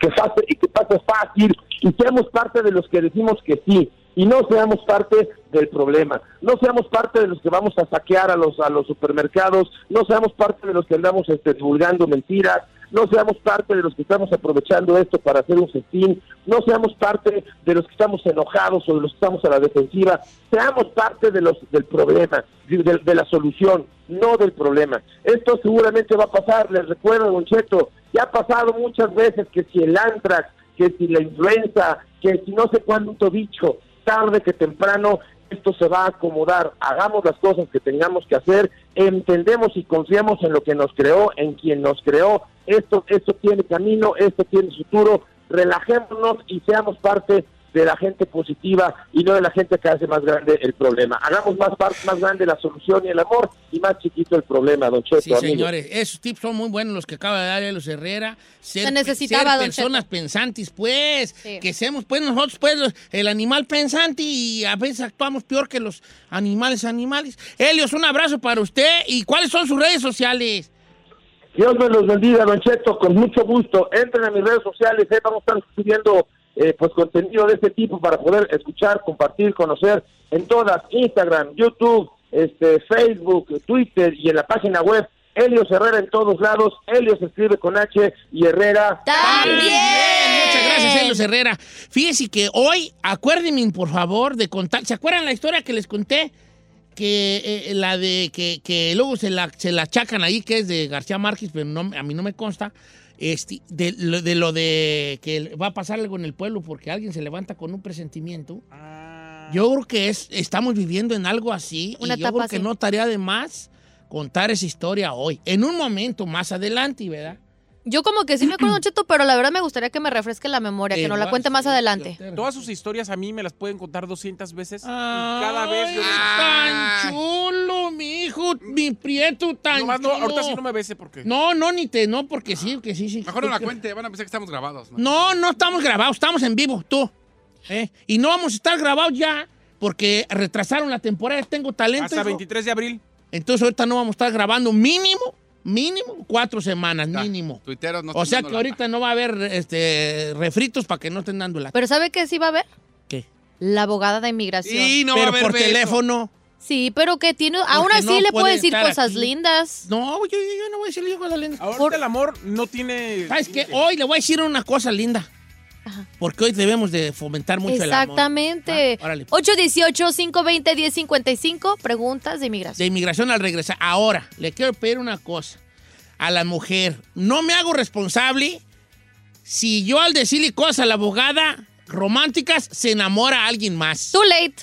Speaker 7: que pase y que pase fácil y seamos parte de los que decimos que sí y no seamos parte del problema. No seamos parte de los que vamos a saquear a los a los supermercados, no seamos parte de los que andamos este, divulgando mentiras, no seamos parte de los que estamos aprovechando esto para hacer un festín, no seamos parte de los que estamos enojados o de los que estamos a la defensiva, seamos parte de los del problema, de, de- de la solución, no del problema. Esto seguramente va a pasar, les recuerdo, Don Cheto, ya ha pasado muchas veces que si el antrax, que si la influenza, que si no sé cuánto dicho, tarde que temprano esto se va a acomodar, hagamos las cosas que tengamos que hacer, entendemos y confiamos en lo que nos creó, en quien nos creó, esto, esto tiene camino, esto tiene futuro, relajémonos y seamos parte de la gente positiva y no de la gente que hace más grande el problema. Hagamos más par- más grande la solución y el amor y más chiquito el problema, don Cheto.
Speaker 2: Sí,
Speaker 7: amigo.
Speaker 2: señores. Esos tips son muy buenos los que acaba de dar Helios Herrera. Ser,
Speaker 3: Se necesitaba,
Speaker 2: ser
Speaker 3: don
Speaker 2: personas pensantes, pues.
Speaker 3: Sí.
Speaker 2: Que seamos, pues, nosotros, pues, los- el animal pensante y a veces actuamos peor que los animales animales. Helios, un abrazo para usted. ¿Y cuáles son sus redes sociales?
Speaker 7: Dios me los bendiga, Don Cheto, con mucho gusto. Entren a mis redes sociales, ahí vamos a estar subiendo eh, pues contenido de este tipo para poder escuchar, compartir, conocer en todas, Instagram, YouTube, este, Facebook, Twitter y en la página web Helios Herrera en todos lados, Helios escribe con H y Herrera.
Speaker 3: ¡También!
Speaker 2: Muchas gracias, ¿eh, Helios Herrera. Fíjese que hoy, acuérdenme, por favor, de contar. ¿Se acuerdan la historia que les conté? Que eh, la de que, que luego se la, se la achacan ahí, que es de García Márquez, pero no, a mí no me consta. Este, de, lo, de lo de que va a pasar algo en el pueblo porque alguien se levanta con un presentimiento. Yo creo que es, estamos viviendo en algo así
Speaker 3: Una
Speaker 2: y yo creo
Speaker 3: etapa
Speaker 2: que
Speaker 3: así.
Speaker 2: no estaría de más contar esa historia hoy. En un momento más adelante, ¿verdad?
Speaker 3: Yo como que sí me acuerdo, Don Cheto, pero la verdad me gustaría que me refresque la memoria, que nos la cuente más adelante.
Speaker 4: Todas sus historias a mí me las pueden contar 200 veces. y cada
Speaker 2: Cada
Speaker 4: vez yo... "Ah,
Speaker 2: tan chulo, mi hijo, mi prieto tan
Speaker 4: Nomás no,
Speaker 2: chulo.
Speaker 4: ahorita sí no me bese porque...
Speaker 2: no, no, ni te, no, porque sí, que sí, sí.
Speaker 5: Mejor no la cuente, van a pensar que estamos grabados. ¿no?
Speaker 2: No, no estamos grabados, estamos en vivo, tú. ¿eh? Y no vamos a estar grabados ya porque retrasaron la temporada. de Tengo talento.
Speaker 4: Hasta
Speaker 2: hijo.
Speaker 4: 23 de abril.
Speaker 2: Entonces ahorita no vamos a estar grabando mínimo, mínimo, cuatro semanas,
Speaker 5: Está.
Speaker 2: mínimo.
Speaker 5: Tuiteros no
Speaker 2: o
Speaker 5: están
Speaker 2: sea
Speaker 5: dando
Speaker 2: que
Speaker 5: la-
Speaker 2: ahorita no va a haber este, refritos para que no estén dando la...
Speaker 3: Pero ¿sabe qué sí va a haber?
Speaker 2: ¿Qué?
Speaker 3: La abogada de inmigración.
Speaker 5: Y no va a
Speaker 2: Pero
Speaker 5: haber
Speaker 2: por
Speaker 5: beso.
Speaker 2: teléfono.
Speaker 3: Sí, pero que tiene... Aún
Speaker 2: Porque
Speaker 3: así
Speaker 2: no
Speaker 3: le
Speaker 2: puede
Speaker 3: puede decir
Speaker 2: estar
Speaker 3: cosas
Speaker 2: aquí.
Speaker 3: lindas.
Speaker 2: No, yo, yo- yo no voy a decirle cosas lindas.
Speaker 4: Ahorita
Speaker 2: Por-
Speaker 4: el amor no tiene...
Speaker 2: ¿Sabes qué?
Speaker 4: límite.
Speaker 2: Hoy le voy a decir una cosa linda.
Speaker 3: Ajá.
Speaker 2: Porque hoy debemos de fomentar mucho el amor.
Speaker 3: Exactamente.
Speaker 2: Ah, órale.
Speaker 3: 818-520-1055, preguntas de
Speaker 2: De
Speaker 3: inmigración.
Speaker 2: inmigración al regresar. Ahora, le quiero pedir una cosa a la mujer. No me hago responsable si yo al decirle cosas a la abogada románticas se enamora a alguien más.
Speaker 3: Too late.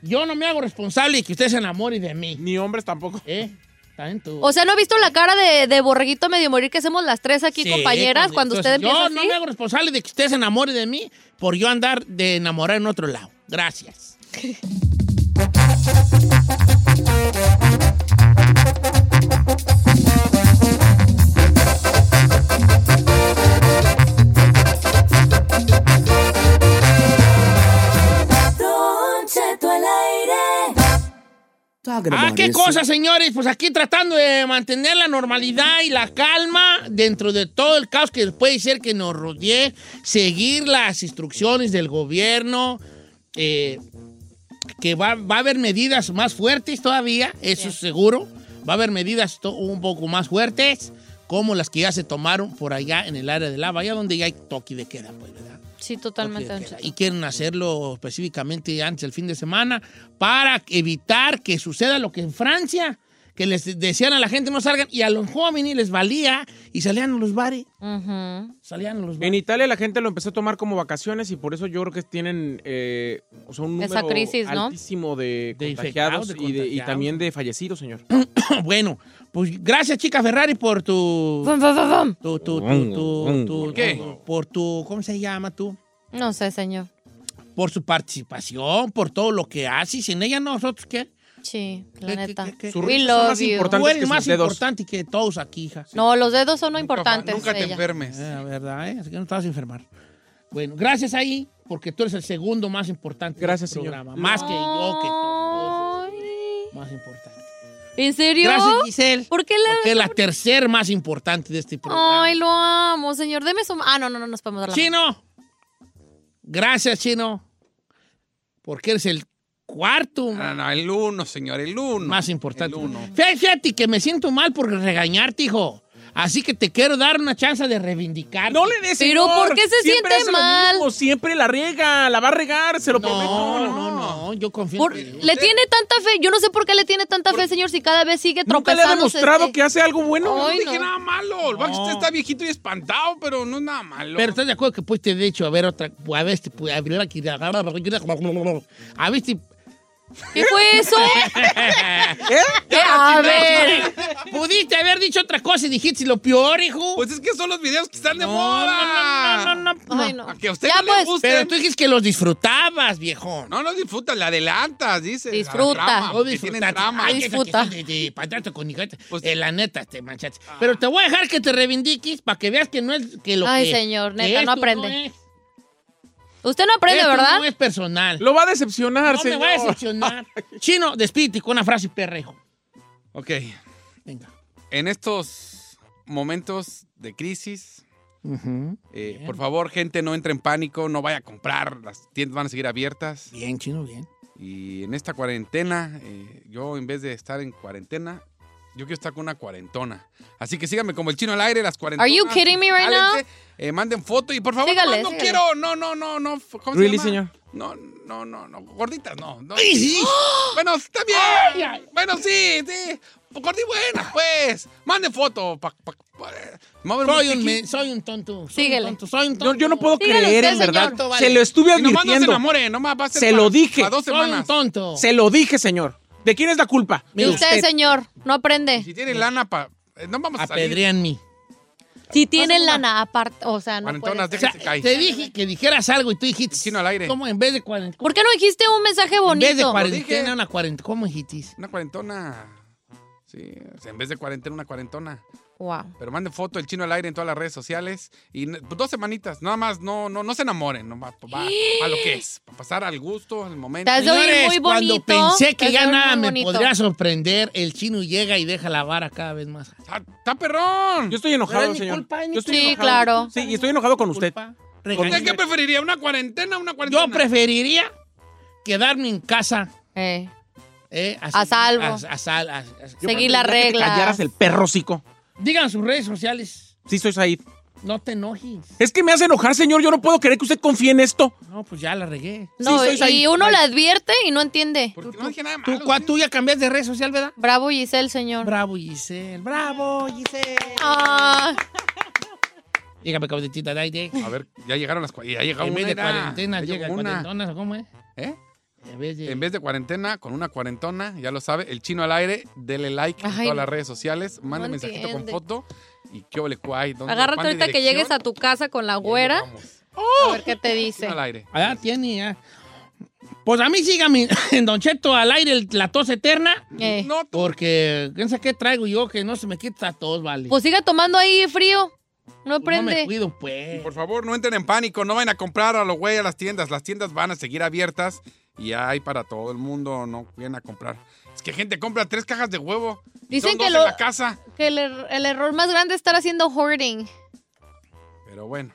Speaker 2: Yo no me hago responsable de que usted se enamore de mí.
Speaker 4: Ni hombres tampoco.
Speaker 2: ¿Eh? Está en tu-
Speaker 3: O sea, ¿no ha visto la cara de, de borreguito medio morir que hacemos las tres aquí,
Speaker 2: Sí,
Speaker 3: compañeras, cuando
Speaker 2: entonces,
Speaker 3: usted empieza
Speaker 2: Yo
Speaker 3: así?
Speaker 2: no me hago responsable de que usted se enamore de mí por yo andar de enamorar en otro lado. Gracias.
Speaker 6: Don Cheto al aire.
Speaker 2: Ah, qué cosa, señores. Pues aquí tratando de mantener la normalidad y la calma dentro de todo el caos que puede ser que nos rodee, seguir las instrucciones del gobierno, eh, que va, va a haber medidas más fuertes todavía, eso es seguro. Va a haber medidas to- un poco más fuertes, como las que ya se tomaron por allá en el área de la bahía, donde ya hay toque de queda, pues, ¿verdad?
Speaker 3: Sí, totalmente.
Speaker 2: Toque de
Speaker 3: don
Speaker 2: queda.
Speaker 3: Cheto.
Speaker 2: Y quieren hacerlo específicamente antes del fin de semana para evitar que suceda lo que en Francia, que les decían a la gente no salgan y a los jóvenes les valía y salían a los bares,
Speaker 3: Ujú.
Speaker 2: salían a
Speaker 4: *laughs*
Speaker 2: los
Speaker 4: En
Speaker 2: bares.
Speaker 4: Italia la gente lo empezó a tomar como vacaciones y por eso yo creo que tienen eh, o sea, un número
Speaker 3: Esa crisis, ¿no?
Speaker 4: altísimo de
Speaker 2: De
Speaker 4: contagiados, Ah,
Speaker 2: infectados, de
Speaker 4: y, de- y
Speaker 2: contagiados.
Speaker 4: también de fallecidos, señor.
Speaker 2: *laughs* bueno, pues gracias chica Ferrari por tu...
Speaker 3: Bum, bum, bum, bum.
Speaker 2: tu, tu, tu, tu, tu-
Speaker 5: ¿Qué?
Speaker 2: por tu, ¿cómo se llama tú?
Speaker 3: No sé, señor.
Speaker 2: Por su participación, por todo lo que haces. Sin ella nosotros, ¿qué?
Speaker 3: Sí, la
Speaker 2: ¿Qué, qué,
Speaker 3: neta.
Speaker 2: qué, qué?
Speaker 4: Su
Speaker 3: We
Speaker 4: risa es más
Speaker 3: love you.
Speaker 4: importante
Speaker 2: Tú eres
Speaker 4: que sus
Speaker 2: más
Speaker 4: dedos.
Speaker 2: importante que todos aquí, hija.
Speaker 3: No, los dedos son no
Speaker 5: Nunca fa-
Speaker 3: importantes.
Speaker 5: Nunca te
Speaker 3: ella.
Speaker 5: enfermes.
Speaker 2: Eh, la verdad, ¿eh? Así que no te vas a enfermar. Bueno, gracias ahí, porque tú eres el segundo más importante
Speaker 4: Gracias,
Speaker 2: del
Speaker 4: señor.
Speaker 2: programa. Más que yo, que todos.
Speaker 3: Ay.
Speaker 2: Más importante.
Speaker 3: ¿En serio?
Speaker 2: Gracias, Giselle.
Speaker 3: ¿Por qué le.?
Speaker 2: Porque es la tercer más importante de este programa.
Speaker 3: Ay, lo amo, señor. Deme su. Ah, no, no, no nos podemos dar la. mano.
Speaker 2: Chino. Gracias, Chino. Porque eres el cuarto
Speaker 4: Ah,
Speaker 5: No, no, el uno, señor, el uno.
Speaker 2: más importante.
Speaker 5: El uno.
Speaker 2: Fíjate, fíjate que me siento mal por regañarte, hijo. Así que te quiero dar una chance de reivindicar.
Speaker 4: No le des,
Speaker 3: Pero,
Speaker 4: señor.
Speaker 3: ¿por qué se
Speaker 4: Siempre
Speaker 3: siente
Speaker 4: hace lo
Speaker 3: mal?
Speaker 4: mismo, Siempre la riega, la va a regar, se lo prometo.
Speaker 2: no, no, no, yo confío
Speaker 3: Por-
Speaker 2: en ti.
Speaker 3: le tiene tanta fe. Yo no sé por qué le tiene tanta fe, señor, si cada vez sigue este
Speaker 4: Nunca le
Speaker 3: tropezando.
Speaker 4: ha demostrado
Speaker 2: este,
Speaker 4: que hace algo bueno.
Speaker 5: No dije nada malo. El Baxter
Speaker 2: No.
Speaker 5: está viejito y espantado, pero no es nada malo.
Speaker 2: Pero estás de acuerdo que pudiste, de hecho, haber otra. A ver, te pude abrir aquí. A ver, si- *laughs*
Speaker 3: ¿Qué fue eso? ¿Eh?
Speaker 2: A ver. Pudiste haber dicho otra cosa y dijiste lo peor, hijo.
Speaker 5: Pues es que son los videos que están de
Speaker 2: no, no, no,
Speaker 5: moda.
Speaker 2: no, no, no.
Speaker 3: Ay, no.
Speaker 5: A que a usted
Speaker 3: Ya,
Speaker 5: no le
Speaker 3: pues.
Speaker 5: guste.
Speaker 2: Pero tú dijiste que los disfrutabas, viejo.
Speaker 5: No, no disfrutas, le adelantas, dice.
Speaker 3: Disfruta.
Speaker 2: No
Speaker 5: Que tienen
Speaker 2: disfrutar.
Speaker 5: trama.
Speaker 2: Ay,
Speaker 3: Ah. Disfruta.
Speaker 2: esa que es De, de patrato con hijata.
Speaker 5: Pues- Ah.
Speaker 2: Eh, la neta, te manchaste. Pero te voy a dejar que te reivindiques para que veas que no es que lo
Speaker 3: Ay,
Speaker 2: que-
Speaker 3: señor,
Speaker 2: que
Speaker 3: neta, no
Speaker 2: esto
Speaker 3: aprende.
Speaker 2: es-
Speaker 3: Usted no aprende,
Speaker 2: esto
Speaker 3: ¿verdad?
Speaker 2: No es personal.
Speaker 4: Lo va a decepcionar,
Speaker 2: no me
Speaker 4: señor.
Speaker 2: va a decepcionar. Chino, despídete con una frase perrejo.
Speaker 5: Ok.
Speaker 2: Venga.
Speaker 5: En estos momentos de crisis, eh, por favor, gente, no entre en pánico, no vaya a comprar. Las tiendas van a seguir abiertas.
Speaker 2: Bien, chino, bien.
Speaker 5: Y en esta cuarentena, eh, yo en vez de estar en cuarentena, Yo quiero estar con una cuarentona. Así que síganme como el chino al aire, las cuarentonas.
Speaker 3: Are you kidding me right
Speaker 5: Cálense, eh, manden foto y por favor,
Speaker 3: Sígale,
Speaker 5: nomás no
Speaker 3: sígale.
Speaker 5: quiero. No, no, no, no. ¿Cómo
Speaker 4: Really,
Speaker 5: se llama?
Speaker 4: señor.
Speaker 5: No, no, no, no. Gorditas, no. no.
Speaker 3: ¡Oh!
Speaker 5: Bueno, está bien. Bueno, sí, sí. Gordi buenas, pues. Manden foto. Pa, pa- pa- eh, Me voy a ver
Speaker 2: Soy un,
Speaker 5: tiki.
Speaker 2: me- soy un tonto. Soy
Speaker 3: Síguele.
Speaker 2: un tonto, soy un
Speaker 4: Yo,
Speaker 2: tonto.
Speaker 4: yo no puedo
Speaker 3: Dígale
Speaker 4: creer,
Speaker 3: usted,
Speaker 4: en verdad.
Speaker 3: señor.
Speaker 4: Se lo estuve
Speaker 5: Y nomás no se
Speaker 4: advirtiendo.
Speaker 5: enamore, nomás va a ser
Speaker 4: Se
Speaker 5: para-
Speaker 4: lo dije.
Speaker 5: Para dos
Speaker 2: Soy un
Speaker 5: semanas.
Speaker 2: tonto.
Speaker 4: Se lo dije, señor. ¿De quién es la culpa?
Speaker 3: Y usted, señor, no aprende.
Speaker 5: Si tiene lana para. No vamos a salir.
Speaker 2: Apedreanme.
Speaker 3: Si tiene lana aparte, o sea, no puede
Speaker 5: Cuarentonas,
Speaker 3: ser.
Speaker 2: O sea,
Speaker 5: déjense caer.
Speaker 2: te dije que dijeras algo y tú dijiste.
Speaker 5: Chino al aire.
Speaker 2: ¿Cómo en vez de cuarentena?
Speaker 3: ¿Por qué no dijiste un mensaje
Speaker 2: En vez de
Speaker 3: bonito?
Speaker 2: cuarentena,
Speaker 5: dije.
Speaker 2: una cuarentena. ¿Cómo dijiste?
Speaker 5: Una cuarentona. Sí, en vez de cuarentena, una cuarentona.
Speaker 3: Wow.
Speaker 5: Pero manden foto el chino al aire en todas las redes sociales. Y n- pues, dos semanitas, nada más, no, no, no se enamoren. No, va, va- a lo que es. Para pasar al gusto, al momento.
Speaker 3: Estás- Es de oír muy
Speaker 2: cuando
Speaker 3: bonito,
Speaker 2: pensé que
Speaker 3: es de
Speaker 2: ya
Speaker 3: oír muy
Speaker 2: nada me
Speaker 3: bonito.
Speaker 2: podría sorprender, el chino llega y deja la vara cada vez más.
Speaker 5: ¡Está está perrón!
Speaker 4: Yo estoy enojado,
Speaker 2: Pero es mi
Speaker 4: señor.
Speaker 2: culpa, es mi
Speaker 4: yo estoy
Speaker 3: Sí,
Speaker 4: enojado.
Speaker 3: claro.
Speaker 4: Sí, y estoy enojado con usted.
Speaker 2: Culpa,
Speaker 5: ¿Usted
Speaker 2: regañé.
Speaker 5: qué preferiría? ¿Una cuarentena o una cuarentena?
Speaker 2: Yo preferiría quedarme en casa.
Speaker 3: Eh,
Speaker 2: eh,
Speaker 3: A salvo.
Speaker 2: a- a sal- a- a-
Speaker 3: Seguir las
Speaker 4: Te callaras
Speaker 3: reglas.
Speaker 4: el perro, cico.
Speaker 2: Digan sus redes sociales.
Speaker 4: Sí, soy Said.
Speaker 2: No te enojes.
Speaker 4: Es que me hace enojar, señor. Yo no puedo creer que usted confíe en esto.
Speaker 2: No, pues ya la regué.
Speaker 3: No,
Speaker 4: soy
Speaker 3: y
Speaker 4: Said.
Speaker 3: uno
Speaker 4: Bye.
Speaker 3: le advierte y no entiende.
Speaker 5: Porque no dije nada
Speaker 2: ¿Tú,
Speaker 5: malo.
Speaker 2: cua- tú ya cambiaste de red social, ¿verdad?
Speaker 3: Bravo, Giselle, señor.
Speaker 2: Bravo, Giselle. Bravo, Giselle.
Speaker 3: Ah,
Speaker 2: Dígame, cabecita de *laughs* aire.
Speaker 5: A ver, ya llegaron las cua- Ya llegó
Speaker 2: En
Speaker 5: una,
Speaker 2: vez de
Speaker 5: era.
Speaker 2: cuarentena
Speaker 5: Ya
Speaker 2: llega
Speaker 5: llegó una.
Speaker 2: cuarentonas, ¿o ¿cómo es?
Speaker 5: ¿Eh?
Speaker 2: En vez de...
Speaker 5: En vez de cuarentena, con una cuarentona, ya lo sabe, el chino al aire, dele like en
Speaker 3: Ay,
Speaker 5: todas
Speaker 3: no.
Speaker 5: las redes sociales, mande mensajito con
Speaker 3: entiende.
Speaker 5: foto y qué ole cuay. dónde-
Speaker 3: agárrate
Speaker 5: pan de
Speaker 3: ahorita que
Speaker 5: dirección,
Speaker 3: llegues a tu casa con la
Speaker 5: y ahí
Speaker 3: güera.
Speaker 5: vamos.
Speaker 3: A ver qué te dice.
Speaker 5: Chino al aire.
Speaker 2: Allá tiene, Ah, ya. Pues a mí sígame *laughs* en Don Cheto al aire el- la tos eterna.
Speaker 3: Eh,
Speaker 5: No, tú-
Speaker 2: Porque, piensa qué traigo yo? Que no se me quita la tos, vale.
Speaker 3: Pues siga tomando ahí frío. No
Speaker 2: Pues no me
Speaker 3: prende.
Speaker 2: cuido, pues.
Speaker 5: por favor, no entren en pánico, no vayan a comprar a los güey a las tiendas. Las tiendas van a seguir abiertas y hay para todo el mundo, no vayan a comprar. Es que gente compra tres cajas de huevo. y
Speaker 3: Dicen
Speaker 5: son
Speaker 3: que
Speaker 5: dos
Speaker 3: lo-
Speaker 5: en la casa.
Speaker 3: que el, er- el error más grande es estar haciendo hoarding.
Speaker 5: Pero bueno,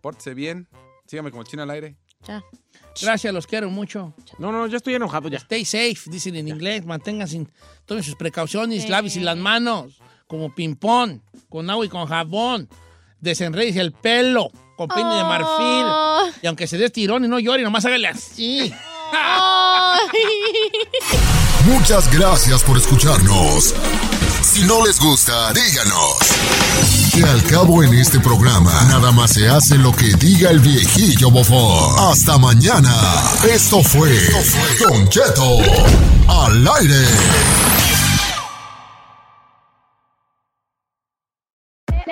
Speaker 5: pórtese bien. Sígame como el chino al aire.
Speaker 3: Ya.
Speaker 2: Gracias, los quiero mucho.
Speaker 4: No, no, ya estoy enojado ya.
Speaker 2: Stay safe, dicen en inglés. Manténganse, tomen sus precauciones,
Speaker 3: Sí.
Speaker 2: lávese las manos, como ping-pong, con agua y con jabón. Desenredes el pelo, con peine de marfil.
Speaker 4: Ah.
Speaker 3: Oh,
Speaker 2: Y aunque se dé tirón y no llore, nomás hágale así.
Speaker 3: oh.
Speaker 1: Muchas gracias por escucharnos. Si no les gusta, díganos. Que al cabo en este programa, nada más se hace lo que diga el viejillo bofón. Hasta mañana. Esto fue Don Cheto al aire.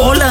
Speaker 6: Hola